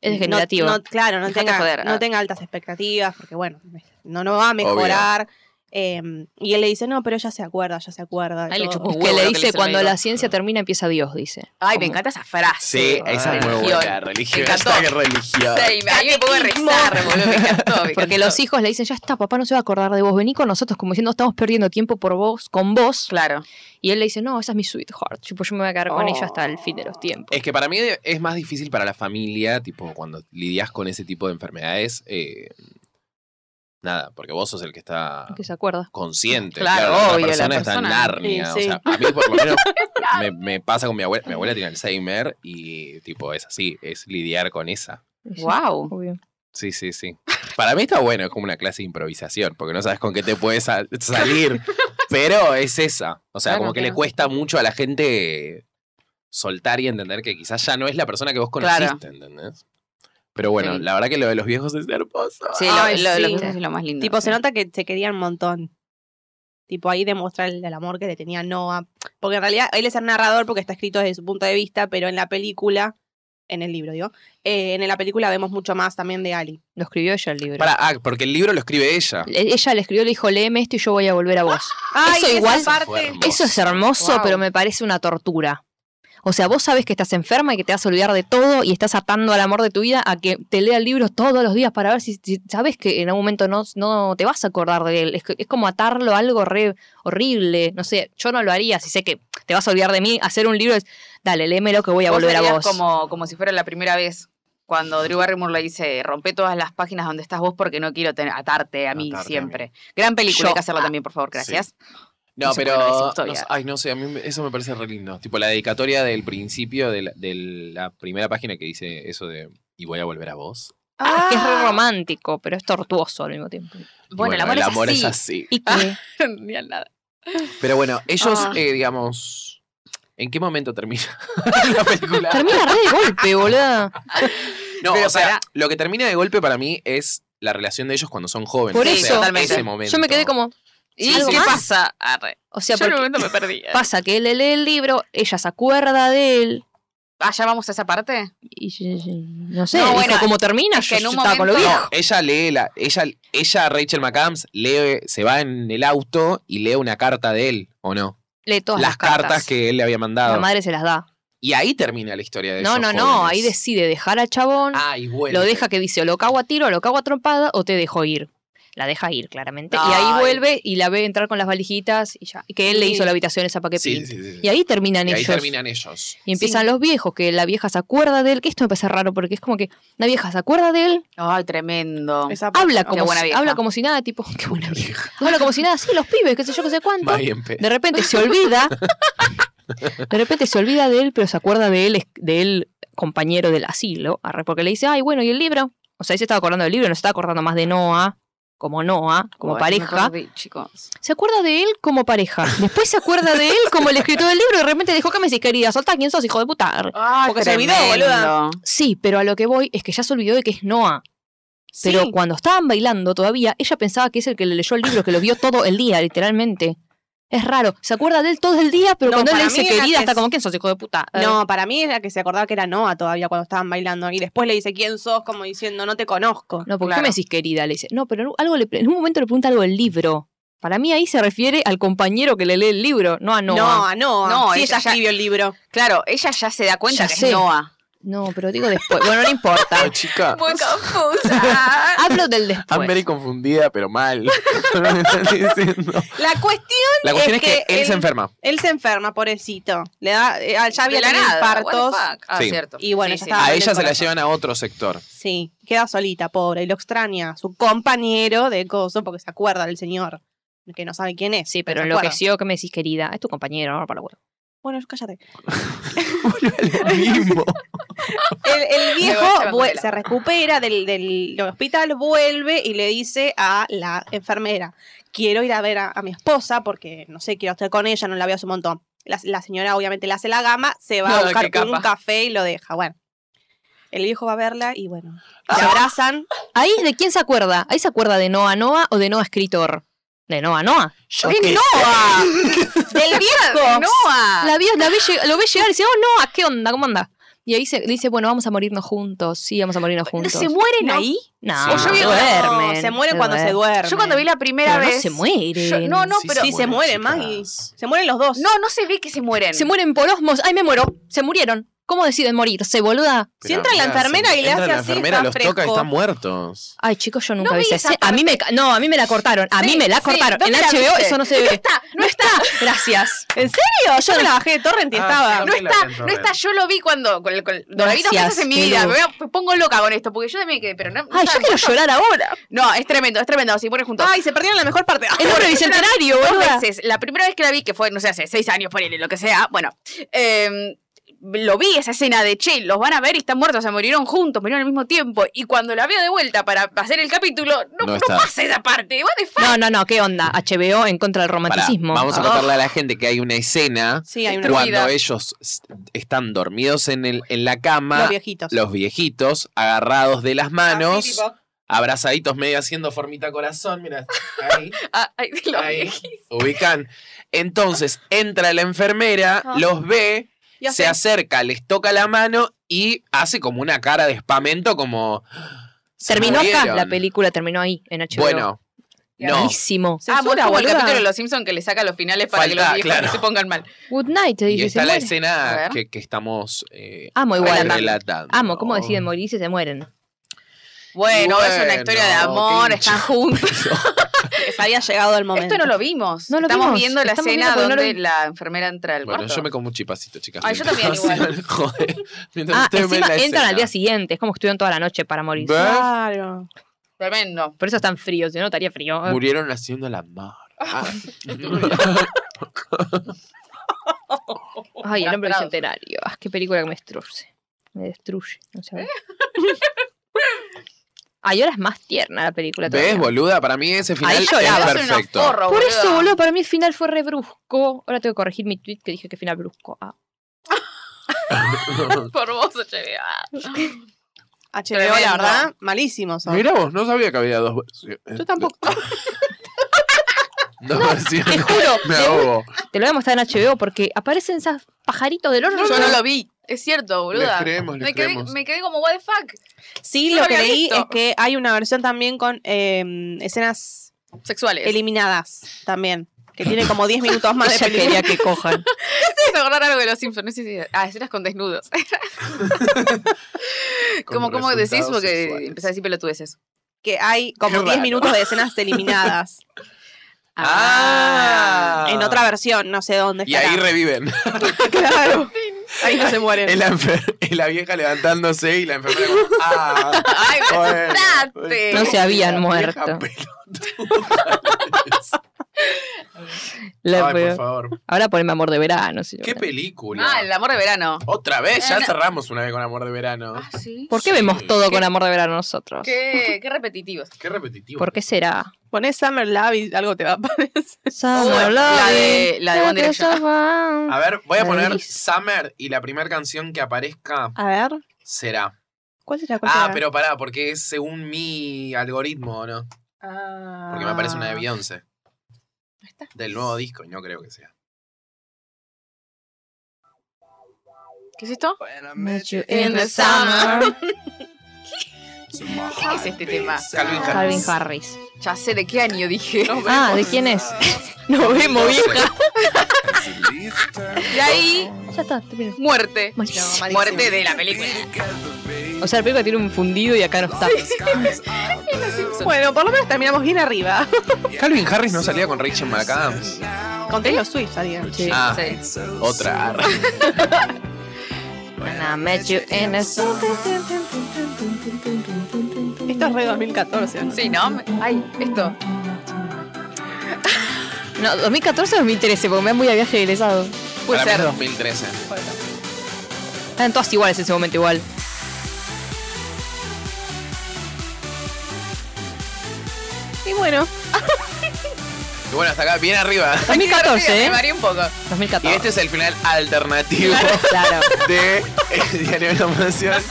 [SPEAKER 3] Es
[SPEAKER 2] no-
[SPEAKER 3] degenerativo.
[SPEAKER 2] no- claro, no
[SPEAKER 4] Dejate
[SPEAKER 2] tenga,
[SPEAKER 4] joder,
[SPEAKER 2] no
[SPEAKER 4] ah.
[SPEAKER 2] tenga altas expectativas, porque bueno, no, no va a mejorar. Eh, y él le dice, no, pero ya se acuerda, ya se acuerda. de
[SPEAKER 4] Ay, le
[SPEAKER 2] todo".
[SPEAKER 4] chupó
[SPEAKER 3] que
[SPEAKER 4] huevo lo
[SPEAKER 3] le
[SPEAKER 4] que
[SPEAKER 3] dice
[SPEAKER 4] le hice al
[SPEAKER 3] cuando la
[SPEAKER 4] médico".
[SPEAKER 3] ciencia termina empieza Dios, dice.
[SPEAKER 4] Ay, me
[SPEAKER 3] Como-
[SPEAKER 4] encanta esa frase.
[SPEAKER 1] Sí, esa es muy buena.
[SPEAKER 4] Religión.
[SPEAKER 1] Religión.
[SPEAKER 4] Me encantó.
[SPEAKER 1] hashtag religión.
[SPEAKER 4] Sí, me- ahí me pongo a rezar, boludo, me encantó, me
[SPEAKER 3] Porque
[SPEAKER 4] encantó.
[SPEAKER 3] los hijos le dicen, ya está, papá no se va a acordar de vos, vení con nosotros, como diciendo, estamos perdiendo tiempo por vos, con vos.
[SPEAKER 4] Claro.
[SPEAKER 3] Y él le dice, no, esa es mi sweetheart, tipo, yo me voy a quedar con
[SPEAKER 2] Oh.
[SPEAKER 3] ella hasta el fin de los tiempos.
[SPEAKER 1] Es que para mí es más difícil para la familia, tipo, cuando lidias con ese tipo de enfermedades. eh, nada, porque vos sos el que está
[SPEAKER 3] Que se acuerda.
[SPEAKER 1] consciente.
[SPEAKER 4] Claro,
[SPEAKER 1] Claro, la
[SPEAKER 4] obvio,
[SPEAKER 1] persona
[SPEAKER 4] la
[SPEAKER 1] está
[SPEAKER 4] persona.
[SPEAKER 1] en Narnia.
[SPEAKER 2] Sí, sí.
[SPEAKER 1] O sea, a mí por lo menos me, me pasa con mi abuela. Mi abuela tiene Alzheimer y, tipo, es así, es lidiar con esa.
[SPEAKER 3] Sí,
[SPEAKER 4] Wow.
[SPEAKER 3] obvio.
[SPEAKER 1] Sí, sí, sí. Para mí está bueno, es como una clase de improvisación, porque no sabes con qué te puedes sal- salir. Pero es esa. O sea,
[SPEAKER 4] Claro,
[SPEAKER 1] como que
[SPEAKER 4] claro.
[SPEAKER 1] le cuesta mucho a la gente soltar y entender que quizás ya no es la persona que vos conociste,
[SPEAKER 4] Claro.
[SPEAKER 1] ¿entendés? Pero bueno,
[SPEAKER 4] Sí.
[SPEAKER 1] la verdad que lo de los viejos es hermoso.
[SPEAKER 4] Sí, lo,
[SPEAKER 2] Ay,
[SPEAKER 4] lo-
[SPEAKER 2] sí.
[SPEAKER 4] lo- es lo más lindo.
[SPEAKER 2] Tipo, se
[SPEAKER 4] Sí.
[SPEAKER 2] nota que se querían un montón. Tipo, ahí demuestra el, el amor que le tenía Noah. Porque en realidad él es el narrador porque está escrito desde su punto de vista, pero en la película, en el libro, digo, eh, en la película vemos mucho más también de Ali.
[SPEAKER 3] Lo escribió ella el libro.
[SPEAKER 1] Para, ah, porque el libro lo escribe ella.
[SPEAKER 3] Le- Ella le escribió, le dijo, léeme esto y yo voy a volver a vos.
[SPEAKER 2] Ay,
[SPEAKER 3] Eso
[SPEAKER 2] esa
[SPEAKER 3] igual-
[SPEAKER 1] Fue
[SPEAKER 2] parte.
[SPEAKER 1] hermoso.
[SPEAKER 3] Eso es hermoso,
[SPEAKER 4] Wow.
[SPEAKER 3] pero me parece una tortura. O sea, vos sabés que estás enferma y que te vas a olvidar de todo y estás atando al amor de tu vida a que te lea el libro todos los días para ver si, si sabes que en algún momento no, no te vas a acordar de él. Es, que- es como atarlo a algo re horrible. No sé, yo no lo haría si sé que te vas a olvidar de mí. Hacer un libro es, dale, léemelo que voy a
[SPEAKER 4] Vos
[SPEAKER 3] volver a
[SPEAKER 4] harías
[SPEAKER 3] vos.
[SPEAKER 4] Como, como si fuera la primera vez. Cuando Drew Barrymore le dice, rompe todas las páginas donde estás vos porque no quiero ten- atarte a mí
[SPEAKER 1] Atarte a mí.
[SPEAKER 4] siempre. Gran película,
[SPEAKER 3] Yo-
[SPEAKER 4] hay que hacerla también, por favor, gracias.
[SPEAKER 1] No,
[SPEAKER 4] No se
[SPEAKER 1] pero.
[SPEAKER 4] puede ver esa
[SPEAKER 1] no
[SPEAKER 4] historia.
[SPEAKER 1] sé, ay, no sé, a mí me- eso me parece re lindo. Tipo, la dedicatoria del principio de la, de la primera página que dice eso de. Y voy a volver a vos.
[SPEAKER 3] Es que es re
[SPEAKER 2] Ah.
[SPEAKER 3] romántico, pero es tortuoso al mismo tiempo.
[SPEAKER 1] Y
[SPEAKER 4] Bueno, el amor, es, así.
[SPEAKER 3] ¿Y qué?
[SPEAKER 4] Ah. Ni al nada.
[SPEAKER 1] Pero bueno, ellos,
[SPEAKER 4] Ah.
[SPEAKER 1] eh, digamos. ¿En qué momento termina la película?
[SPEAKER 3] Termina re de golpe, boluda.
[SPEAKER 1] no,
[SPEAKER 4] Pero
[SPEAKER 1] o sea,
[SPEAKER 4] pará.
[SPEAKER 1] lo que termina de golpe para mí es la relación de ellos cuando son jóvenes.
[SPEAKER 3] Por
[SPEAKER 1] o sea,
[SPEAKER 3] eso,
[SPEAKER 4] totalmente.
[SPEAKER 1] ese momento.
[SPEAKER 3] yo me quedé como,
[SPEAKER 4] ¿Y
[SPEAKER 3] ¿algo
[SPEAKER 4] qué
[SPEAKER 3] más?
[SPEAKER 4] pasa? Arre.
[SPEAKER 3] O sea,
[SPEAKER 4] Yo en un
[SPEAKER 3] porque
[SPEAKER 4] momento me perdí. ¿eh?
[SPEAKER 3] pasa que él le lee el libro, ella se acuerda de él.
[SPEAKER 4] Ah, ¿ya vamos a esa parte?
[SPEAKER 3] Y, y- y- no sé,
[SPEAKER 4] No,
[SPEAKER 3] dijo,
[SPEAKER 4] bueno,
[SPEAKER 3] ¿cómo termina?
[SPEAKER 4] es
[SPEAKER 3] Yo-
[SPEAKER 4] que en
[SPEAKER 3] yo
[SPEAKER 4] un
[SPEAKER 3] estaba con lo
[SPEAKER 4] momento-
[SPEAKER 3] viejo.
[SPEAKER 1] Ella lee la. Ella, ella, Rachel McAdams, lee, se va en el auto y lee una carta de él, ¿o no?
[SPEAKER 3] Lee todas
[SPEAKER 1] las cartas. que él le había
[SPEAKER 3] la
[SPEAKER 1] mandado.
[SPEAKER 3] madre se las da.
[SPEAKER 1] Y ahí termina la historia de
[SPEAKER 3] No,
[SPEAKER 1] ellos
[SPEAKER 3] no, no,
[SPEAKER 1] jóvenes.
[SPEAKER 3] ahí decide dejar al chabón,
[SPEAKER 1] Ay, bueno.
[SPEAKER 3] lo deja que dice, o lo cago a tiro, o lo cago a trompada, o te dejo ir. La deja ir, claramente. Y
[SPEAKER 4] Ay.
[SPEAKER 3] ahí vuelve y la ve entrar con las valijitas y ya. y Que él le
[SPEAKER 2] Sí.
[SPEAKER 3] hizo la habitación esa para que
[SPEAKER 1] Sí,
[SPEAKER 3] pinte.
[SPEAKER 1] sí, sí, sí.
[SPEAKER 3] Y ahí terminan
[SPEAKER 1] Y ahí
[SPEAKER 3] ellos.
[SPEAKER 1] terminan ellos.
[SPEAKER 3] Y empiezan los viejos, que la vieja se acuerda de él, que esto me parece raro, porque es como que la vieja se acuerda de él,
[SPEAKER 4] Ay, tremendo.
[SPEAKER 2] Esa parte-
[SPEAKER 3] habla
[SPEAKER 2] Ah,
[SPEAKER 3] como,
[SPEAKER 4] buena
[SPEAKER 3] si,
[SPEAKER 4] vieja.
[SPEAKER 3] habla como si nada, tipo, qué buena vieja. Habla Ah, como si nada, sí, los pibes, qué sé yo, qué sé cuánto.
[SPEAKER 1] Va bien, pe-
[SPEAKER 3] De repente se olvida. De repente se olvida de él, pero se acuerda de él, de él compañero del asilo. arre, Porque le dice, ay, bueno, ¿y el libro? O sea, él se estaba acordando del libro, no se estaba acordando más de Noah, como Noah, como
[SPEAKER 4] Bueno, me
[SPEAKER 3] pareja.
[SPEAKER 4] perdí, chicos.
[SPEAKER 3] Se acuerda de él como pareja. Después se acuerda de él como el escritor del libro y de repente dijo, ¿qué me decís, querida? Soltá, ¿quién sos, hijo de puta? Arre.
[SPEAKER 4] Ah.
[SPEAKER 2] Porque se olvidó, boluda.
[SPEAKER 3] Sí, pero a lo que voy es que ya se olvidó de que es Noah. Pero
[SPEAKER 2] Sí.
[SPEAKER 3] cuando estaban bailando todavía, ella pensaba que es el que le leyó el libro, que lo vio todo el día, literalmente. Es raro. Se acuerda de él todo el día, pero
[SPEAKER 2] No,
[SPEAKER 3] cuando él le
[SPEAKER 2] para mí
[SPEAKER 3] dice
[SPEAKER 2] era
[SPEAKER 3] querida,
[SPEAKER 2] que
[SPEAKER 3] está
[SPEAKER 2] es-
[SPEAKER 3] como, ¿quién sos, hijo de puta? Eh,
[SPEAKER 2] No, para mí era que se acordaba que era Noah todavía cuando estaban bailando. Y después le dice, ¿quién sos? Como diciendo, no te conozco.
[SPEAKER 3] No, porque
[SPEAKER 4] Claro.
[SPEAKER 3] ¿qué me decís querida? Le dice. No, pero en un- algo le pre- en un momento le pregunta algo del libro. Para mí ahí se refiere al compañero que le lee el libro, no a
[SPEAKER 2] No,
[SPEAKER 3] Noah.
[SPEAKER 2] a Noah.
[SPEAKER 4] No,
[SPEAKER 2] sí,
[SPEAKER 4] ella
[SPEAKER 2] ella
[SPEAKER 4] ya-
[SPEAKER 2] escribió el libro.
[SPEAKER 4] Claro, ella ya se da
[SPEAKER 3] Ya
[SPEAKER 4] cuenta que
[SPEAKER 3] sé.
[SPEAKER 4] es Noah.
[SPEAKER 3] No, pero digo después. Bueno, no importa.
[SPEAKER 1] Ay, chica.
[SPEAKER 4] Muy confusa.
[SPEAKER 3] Hablo del
[SPEAKER 1] I'm very
[SPEAKER 3] después.
[SPEAKER 1] confundida, pero mal. Con lo que estás diciendo.
[SPEAKER 2] La cuestión,
[SPEAKER 1] La cuestión es, que, él
[SPEAKER 2] él,
[SPEAKER 1] se enferma.
[SPEAKER 2] él se enferma, pobrecito. Le da, eh, ya había
[SPEAKER 4] De la
[SPEAKER 2] tenido
[SPEAKER 4] nada, what the
[SPEAKER 2] infartos.
[SPEAKER 4] fuck. Ah,
[SPEAKER 1] Sí.
[SPEAKER 4] cierto.
[SPEAKER 2] Y bueno, ya estaba
[SPEAKER 1] A
[SPEAKER 2] mal
[SPEAKER 1] ella
[SPEAKER 2] el
[SPEAKER 1] se la
[SPEAKER 2] corazón.
[SPEAKER 1] llevan a otro sector.
[SPEAKER 2] Sí, queda solita, pobre, y lo extraña, su compañero de coso, porque se acuerda del señor, que no sabe quién es.
[SPEAKER 3] Sí, pero
[SPEAKER 2] se acuerda.
[SPEAKER 3] enloqueció, que me decís, querida? Es tu compañero, no para huevo.
[SPEAKER 2] Bueno, cállate.
[SPEAKER 1] Mismo.
[SPEAKER 2] El, el viejo
[SPEAKER 4] Me voy a echar
[SPEAKER 2] vue-
[SPEAKER 4] bandera.
[SPEAKER 2] se recupera del, del hospital, vuelve y le dice a la enfermera, quiero ir a ver a, a mi esposa porque, no sé, quiero estar con ella, no la veo hace un montón. La, la señora obviamente le hace la gama, se va
[SPEAKER 4] No,
[SPEAKER 2] a
[SPEAKER 4] qué
[SPEAKER 2] buscar con un
[SPEAKER 4] capa.
[SPEAKER 2] café y lo deja. Bueno, el viejo va a verla y bueno, se
[SPEAKER 1] Ah.
[SPEAKER 2] abrazan.
[SPEAKER 3] Ahí, ¿de quién se acuerda? ¿Ahí se acuerda de Noah Noah o de Noah escritor? De Noah Noah.
[SPEAKER 1] Yo
[SPEAKER 3] ¡De
[SPEAKER 1] qué
[SPEAKER 3] Noah!
[SPEAKER 2] Del viejo.
[SPEAKER 4] Noah.
[SPEAKER 3] La vi- la ve lleg- lo ve llegar y dice, oh Noah, ¿qué onda? ¿Cómo anda? Y ahí se, dice, bueno, vamos a morirnos juntos. Sí, vamos a morirnos
[SPEAKER 4] ¿No
[SPEAKER 3] juntos.
[SPEAKER 4] se mueren
[SPEAKER 2] No.
[SPEAKER 4] ahí?
[SPEAKER 3] No,
[SPEAKER 1] Sí, yo
[SPEAKER 3] se
[SPEAKER 1] vi-
[SPEAKER 2] no,
[SPEAKER 3] duermen.
[SPEAKER 2] se mueren cuando se duermen.
[SPEAKER 4] Yo cuando vi la primera
[SPEAKER 3] Pero no
[SPEAKER 4] vez.
[SPEAKER 3] se mueren.
[SPEAKER 4] Yo- no, no,
[SPEAKER 1] Sí,
[SPEAKER 4] pero.
[SPEAKER 2] sí, se mueren,
[SPEAKER 1] chicas.
[SPEAKER 2] Maggie. Se mueren los dos.
[SPEAKER 4] No, no se ve que se mueren.
[SPEAKER 3] Se mueren por osmos. Ay, me muero. Se murieron. ¿Cómo deciden morirse, boluda?
[SPEAKER 2] Si entra la
[SPEAKER 1] amiga,
[SPEAKER 2] enfermera
[SPEAKER 1] si
[SPEAKER 2] y le
[SPEAKER 1] entra
[SPEAKER 2] hace
[SPEAKER 1] la
[SPEAKER 2] así,
[SPEAKER 1] enfermera,
[SPEAKER 2] está
[SPEAKER 1] los toca y
[SPEAKER 2] fresco.
[SPEAKER 1] están muertos.
[SPEAKER 3] Ay, chicos, yo nunca
[SPEAKER 4] No
[SPEAKER 3] vi
[SPEAKER 4] vi
[SPEAKER 3] esa
[SPEAKER 4] esa
[SPEAKER 3] escena. A mí me, ca- no, a mí me la cortaron. A mí
[SPEAKER 4] Sí,
[SPEAKER 3] me la
[SPEAKER 4] sí.
[SPEAKER 3] cortaron. En
[SPEAKER 4] ¿Dónde la
[SPEAKER 3] HBO
[SPEAKER 4] viste?
[SPEAKER 3] eso no se ve.
[SPEAKER 4] está,
[SPEAKER 3] No está. Gracias.
[SPEAKER 2] ¿En serio? Yo me la bajé de torrent y
[SPEAKER 1] Ah,
[SPEAKER 2] estaba.
[SPEAKER 1] sí,
[SPEAKER 4] No
[SPEAKER 1] Yo la
[SPEAKER 4] está,
[SPEAKER 1] vi en
[SPEAKER 4] no está,
[SPEAKER 1] Torrent.
[SPEAKER 4] yo lo vi cuando. Con, con, lo vi dos
[SPEAKER 3] Gracias,
[SPEAKER 4] veces en mi
[SPEAKER 3] qué
[SPEAKER 4] vida. Me,
[SPEAKER 3] luz.
[SPEAKER 4] voy a- me pongo loca con esto, porque yo también quedé, pero no. no
[SPEAKER 3] Ay, yo quiero
[SPEAKER 4] saben cuántos-
[SPEAKER 3] llorar ahora.
[SPEAKER 4] No, es tremendo, es tremendo. Si mueren juntos.
[SPEAKER 2] Ay, se perdieron la mejor parte.
[SPEAKER 3] Es un bicentenario,
[SPEAKER 4] dos
[SPEAKER 3] boluda.
[SPEAKER 4] veces. La primera vez que la vi, que fue, no sé, hace seis años, ponele, lo que sea, bueno, eh, lo vi esa escena de che, los van a ver y están muertos, se murieron juntos, murieron al mismo tiempo. Y cuando la veo de vuelta para hacer el capítulo,
[SPEAKER 1] No
[SPEAKER 4] no, no
[SPEAKER 1] está.
[SPEAKER 4] pasa esa parte. What the fuck?
[SPEAKER 3] No, no, no. ¿Qué onda? HBO en contra del
[SPEAKER 1] Pará,
[SPEAKER 3] romanticismo.
[SPEAKER 1] vamos a
[SPEAKER 3] Ah.
[SPEAKER 1] contarle a la gente que hay una escena
[SPEAKER 2] Sí, hay
[SPEAKER 4] una-
[SPEAKER 2] unos
[SPEAKER 1] cuando
[SPEAKER 4] Destruida.
[SPEAKER 1] ellos s- están dormidos en, el, en la cama,
[SPEAKER 2] los viejitos.
[SPEAKER 1] los viejitos agarrados de las manos,
[SPEAKER 4] Así, tipo,
[SPEAKER 1] abrazaditos medio haciendo formita corazón, mira, ahí,
[SPEAKER 4] ah, ay, lo
[SPEAKER 1] ahí,
[SPEAKER 4] vi.
[SPEAKER 1] ubican. Entonces entra la enfermera, los ve,
[SPEAKER 2] Y
[SPEAKER 1] se
[SPEAKER 2] hacen-
[SPEAKER 1] acerca, les toca la mano y hace como una cara de espamento, como... "Se
[SPEAKER 3] Terminó acá.
[SPEAKER 1] murieron".
[SPEAKER 3] La película terminó ahí, en HBO.
[SPEAKER 1] Bueno, no.
[SPEAKER 3] Buenísimo.
[SPEAKER 4] Ah, vos
[SPEAKER 2] Censura,
[SPEAKER 4] como el
[SPEAKER 2] boluda.
[SPEAKER 4] capítulo de Los Simpsons que le saca los finales para
[SPEAKER 1] Falta,
[SPEAKER 4] que los viejos
[SPEAKER 1] claro.
[SPEAKER 4] no se pongan mal.
[SPEAKER 3] Good night. te
[SPEAKER 1] Y
[SPEAKER 3] dice,
[SPEAKER 1] está
[SPEAKER 3] se
[SPEAKER 1] la
[SPEAKER 3] muere.
[SPEAKER 4] A
[SPEAKER 1] escena
[SPEAKER 4] ver.
[SPEAKER 1] que, que estamos eh,
[SPEAKER 3] Amo igual.
[SPEAKER 4] Relatando.
[SPEAKER 1] relatando.
[SPEAKER 3] Amo, ¿cómo deciden morirse? Se mueren.
[SPEAKER 4] Bueno, es una
[SPEAKER 1] Bueno,
[SPEAKER 4] historia de amor,
[SPEAKER 1] qué
[SPEAKER 4] están juntos.
[SPEAKER 2] Les había llegado el momento.
[SPEAKER 4] Esto no lo vimos.
[SPEAKER 3] No lo
[SPEAKER 4] Estamos
[SPEAKER 3] vimos.
[SPEAKER 4] viendo la
[SPEAKER 3] Estamos
[SPEAKER 4] escena
[SPEAKER 3] viendo porque no lo
[SPEAKER 4] donde
[SPEAKER 3] vi.
[SPEAKER 4] la enfermera entra al
[SPEAKER 1] Bueno,
[SPEAKER 4] cuarto.
[SPEAKER 1] yo me como un chipacito, chicas.
[SPEAKER 4] Ay, yo
[SPEAKER 1] mientras-
[SPEAKER 4] también
[SPEAKER 1] Joder, mientras
[SPEAKER 3] Ah,
[SPEAKER 1] ustedes ven
[SPEAKER 3] encima
[SPEAKER 1] la
[SPEAKER 3] entran
[SPEAKER 1] escena.
[SPEAKER 3] al día siguiente. Es como que estuvieron toda la noche para morir.
[SPEAKER 1] ¿Ves?
[SPEAKER 2] Claro.
[SPEAKER 4] Tremendo.
[SPEAKER 3] Por eso están fríos. Si no, estaría frío.
[SPEAKER 1] Murieron haciendo el amor. Ah.
[SPEAKER 3] Ay, el hombre
[SPEAKER 4] Castrados.
[SPEAKER 3] bicentenario. Ah, qué película que me destruye. Me destruye. No sé. Ay, ahora es más tierna la película.
[SPEAKER 1] ¿Ves,
[SPEAKER 3] todavía.
[SPEAKER 1] boluda? Para mí ese final es
[SPEAKER 3] lloraba.
[SPEAKER 4] Son unos
[SPEAKER 1] perfecto.
[SPEAKER 4] forros,
[SPEAKER 3] Por eso,
[SPEAKER 4] boluda.
[SPEAKER 3] boludo, para mí el final fue re brusco. Ahora tengo que corregir mi tweet que dije que final brusco. Ah.
[SPEAKER 4] Por vos, che. Ah.
[SPEAKER 2] HBO, la
[SPEAKER 4] Tremendo.
[SPEAKER 2] verdad, malísimos. son.
[SPEAKER 1] Mira vos, no sabía que había dos versiones.
[SPEAKER 2] Yo tampoco.
[SPEAKER 1] Dos versiones.
[SPEAKER 3] Te juro,
[SPEAKER 1] Me
[SPEAKER 3] te-
[SPEAKER 1] ahogo.
[SPEAKER 3] te lo voy a mostrar en HBO porque aparecen esas pajaritos del horno.
[SPEAKER 4] Yo no lo vi. Es cierto, boluda.
[SPEAKER 1] Les creemos, les
[SPEAKER 4] me, quedé,
[SPEAKER 1] creemos.
[SPEAKER 4] me quedé como, what the fuck.
[SPEAKER 2] Sí,
[SPEAKER 4] No
[SPEAKER 2] lo
[SPEAKER 4] lo
[SPEAKER 2] que
[SPEAKER 4] había
[SPEAKER 2] leí
[SPEAKER 4] visto.
[SPEAKER 2] es que hay una versión también con eh, escenas
[SPEAKER 4] Sexuales.
[SPEAKER 2] eliminadas también. Que tiene como 10 minutos más de
[SPEAKER 3] Ella
[SPEAKER 2] película.
[SPEAKER 3] quería que cojan.
[SPEAKER 4] Me hizo acordar algo de los Simpsons. No sé si- Ah, escenas con desnudos. como, como decís, porque empecé a decir pelotudeces.
[SPEAKER 2] Que hay como
[SPEAKER 1] Qué
[SPEAKER 2] 10
[SPEAKER 1] raro.
[SPEAKER 2] minutos de escenas eliminadas.
[SPEAKER 1] Ah.
[SPEAKER 2] En otra versión, no sé dónde
[SPEAKER 1] Y
[SPEAKER 2] estará.
[SPEAKER 1] ahí reviven.
[SPEAKER 2] Claro. Ahí no se mueren.
[SPEAKER 1] Es la, enfer- es la vieja levantándose y la enfermera como, ah,
[SPEAKER 4] Ay, me
[SPEAKER 1] Bueno,
[SPEAKER 4] asustaste.
[SPEAKER 3] No se habían
[SPEAKER 1] Vieja
[SPEAKER 3] muerto.
[SPEAKER 1] pelotuda.
[SPEAKER 3] La
[SPEAKER 1] Ay,
[SPEAKER 3] peor.
[SPEAKER 1] por favor.
[SPEAKER 3] Ahora poneme amor de verano. señor.
[SPEAKER 1] Qué película.
[SPEAKER 4] Ah, el amor de verano.
[SPEAKER 1] Otra vez, ya
[SPEAKER 4] Eh, no.
[SPEAKER 1] cerramos una vez con Amor de Verano.
[SPEAKER 4] Ah, sí.
[SPEAKER 3] ¿Por qué vemos todo con amor de verano nosotros?
[SPEAKER 4] Qué, qué repetitivos.
[SPEAKER 1] Qué repetitivo.
[SPEAKER 3] ¿Por qué será?
[SPEAKER 2] Pones Summer Love y algo te va a aparecer.
[SPEAKER 4] Summer Oh, la de- Lovin', la de One that Direction. Ah,
[SPEAKER 1] A ver, voy a poner
[SPEAKER 3] Maravilla.
[SPEAKER 1] Summer y la primera canción que aparezca
[SPEAKER 2] A ver,
[SPEAKER 1] será.
[SPEAKER 2] ¿cuál será? cuál
[SPEAKER 1] Ah,
[SPEAKER 2] será?
[SPEAKER 1] pero pará, porque es según mi algoritmo, ¿o ¿no?
[SPEAKER 2] Ah.
[SPEAKER 1] Porque me aparece una de Beyoncé. Del nuevo disco, y no creo que sea.
[SPEAKER 4] ¿Qué es esto?
[SPEAKER 3] Met you
[SPEAKER 4] in the summer. ¿Qué es este tema?
[SPEAKER 1] Calvin Harris.
[SPEAKER 3] Calvin Harris.
[SPEAKER 4] Ya sé de qué año dije.
[SPEAKER 3] Ah, ¿de quién es? No vemos vieja.
[SPEAKER 4] De ahí,
[SPEAKER 3] Ya está, termino.
[SPEAKER 4] muerte.
[SPEAKER 3] Malísimo.
[SPEAKER 4] Muerte de la película.
[SPEAKER 3] O sea, el película tiene un fundido y acá no está.
[SPEAKER 1] eh,
[SPEAKER 2] Bueno, por lo menos terminamos bien arriba.
[SPEAKER 1] Calvin Harris no salía con Rachel McAdams.
[SPEAKER 2] Con Taylor Swift salían.
[SPEAKER 3] Sí.
[SPEAKER 1] Ah,
[SPEAKER 4] Sí.
[SPEAKER 1] otra.
[SPEAKER 3] When I met you in a
[SPEAKER 2] Esto es re 2014. ¿no?
[SPEAKER 4] Sí, ¿no? Ay, esto.
[SPEAKER 3] No, 2014 o 2013, porque me voy a viaje egresado.
[SPEAKER 4] Puede
[SPEAKER 1] Para mí es
[SPEAKER 4] ser.
[SPEAKER 1] 2013.
[SPEAKER 3] Eran todas iguales en ese momento igual.
[SPEAKER 2] Y bueno,
[SPEAKER 1] Y bueno, hasta acá, bien arriba.
[SPEAKER 4] Ay, qué
[SPEAKER 3] 2014,
[SPEAKER 4] divertida,
[SPEAKER 3] ¿eh?
[SPEAKER 4] Me mareé un poco.
[SPEAKER 1] Y
[SPEAKER 3] 2014.
[SPEAKER 1] este es el final alternativo
[SPEAKER 3] Claro.
[SPEAKER 1] de el Diario de la Pasión.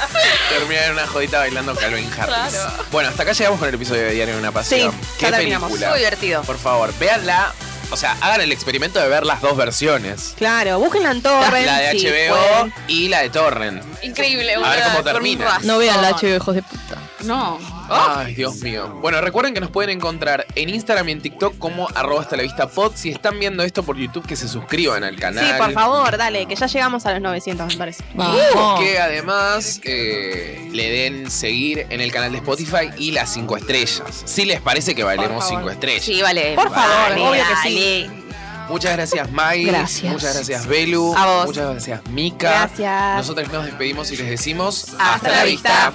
[SPEAKER 1] Termina en una jodita bailando Calvin Harris.
[SPEAKER 4] Claro.
[SPEAKER 1] Bueno, hasta acá llegamos con el episodio de Diario de una Pasión.
[SPEAKER 2] Sí,
[SPEAKER 1] Qué
[SPEAKER 2] ya terminamos.
[SPEAKER 1] película.
[SPEAKER 4] Muy divertido.
[SPEAKER 1] Por favor, véanla. O sea, hagan el experimento de ver las dos versiones.
[SPEAKER 2] claro, búsquenla en Torrent.
[SPEAKER 1] La de
[SPEAKER 2] si
[SPEAKER 1] HBO
[SPEAKER 2] pueden.
[SPEAKER 1] y la de Torrent.
[SPEAKER 4] Increíble.
[SPEAKER 1] ver
[SPEAKER 4] boluda,
[SPEAKER 1] cómo
[SPEAKER 4] por
[SPEAKER 1] termina.
[SPEAKER 4] mi razón.
[SPEAKER 3] No vean la HBO, hijos de puta.
[SPEAKER 4] No.
[SPEAKER 1] Ay, Dios mío. Bueno, recuerden que nos pueden encontrar en Instagram y en TikTok como arroba hasta la vista pod. Si están viendo esto por YouTube, que se suscriban al canal.
[SPEAKER 2] Sí, por favor, dale, que ya llegamos a los 900, me parece. Uh,
[SPEAKER 3] Vamos.
[SPEAKER 1] Que además eh, le den seguir en el canal de Spotify y las 5 estrellas. Si les parece que valemos
[SPEAKER 2] Por favor.
[SPEAKER 1] 5 estrellas.
[SPEAKER 4] Sí, vale.
[SPEAKER 2] Por favor,
[SPEAKER 4] Vale,
[SPEAKER 2] obvio que
[SPEAKER 4] dale.
[SPEAKER 2] sí.
[SPEAKER 1] Muchas gracias, Mai.
[SPEAKER 3] Gracias.
[SPEAKER 1] Muchas gracias, Belu.
[SPEAKER 4] A vos.
[SPEAKER 1] Muchas gracias, Mika.
[SPEAKER 2] Gracias.
[SPEAKER 1] Nosotros nos despedimos y les decimos
[SPEAKER 4] Hasta la vista.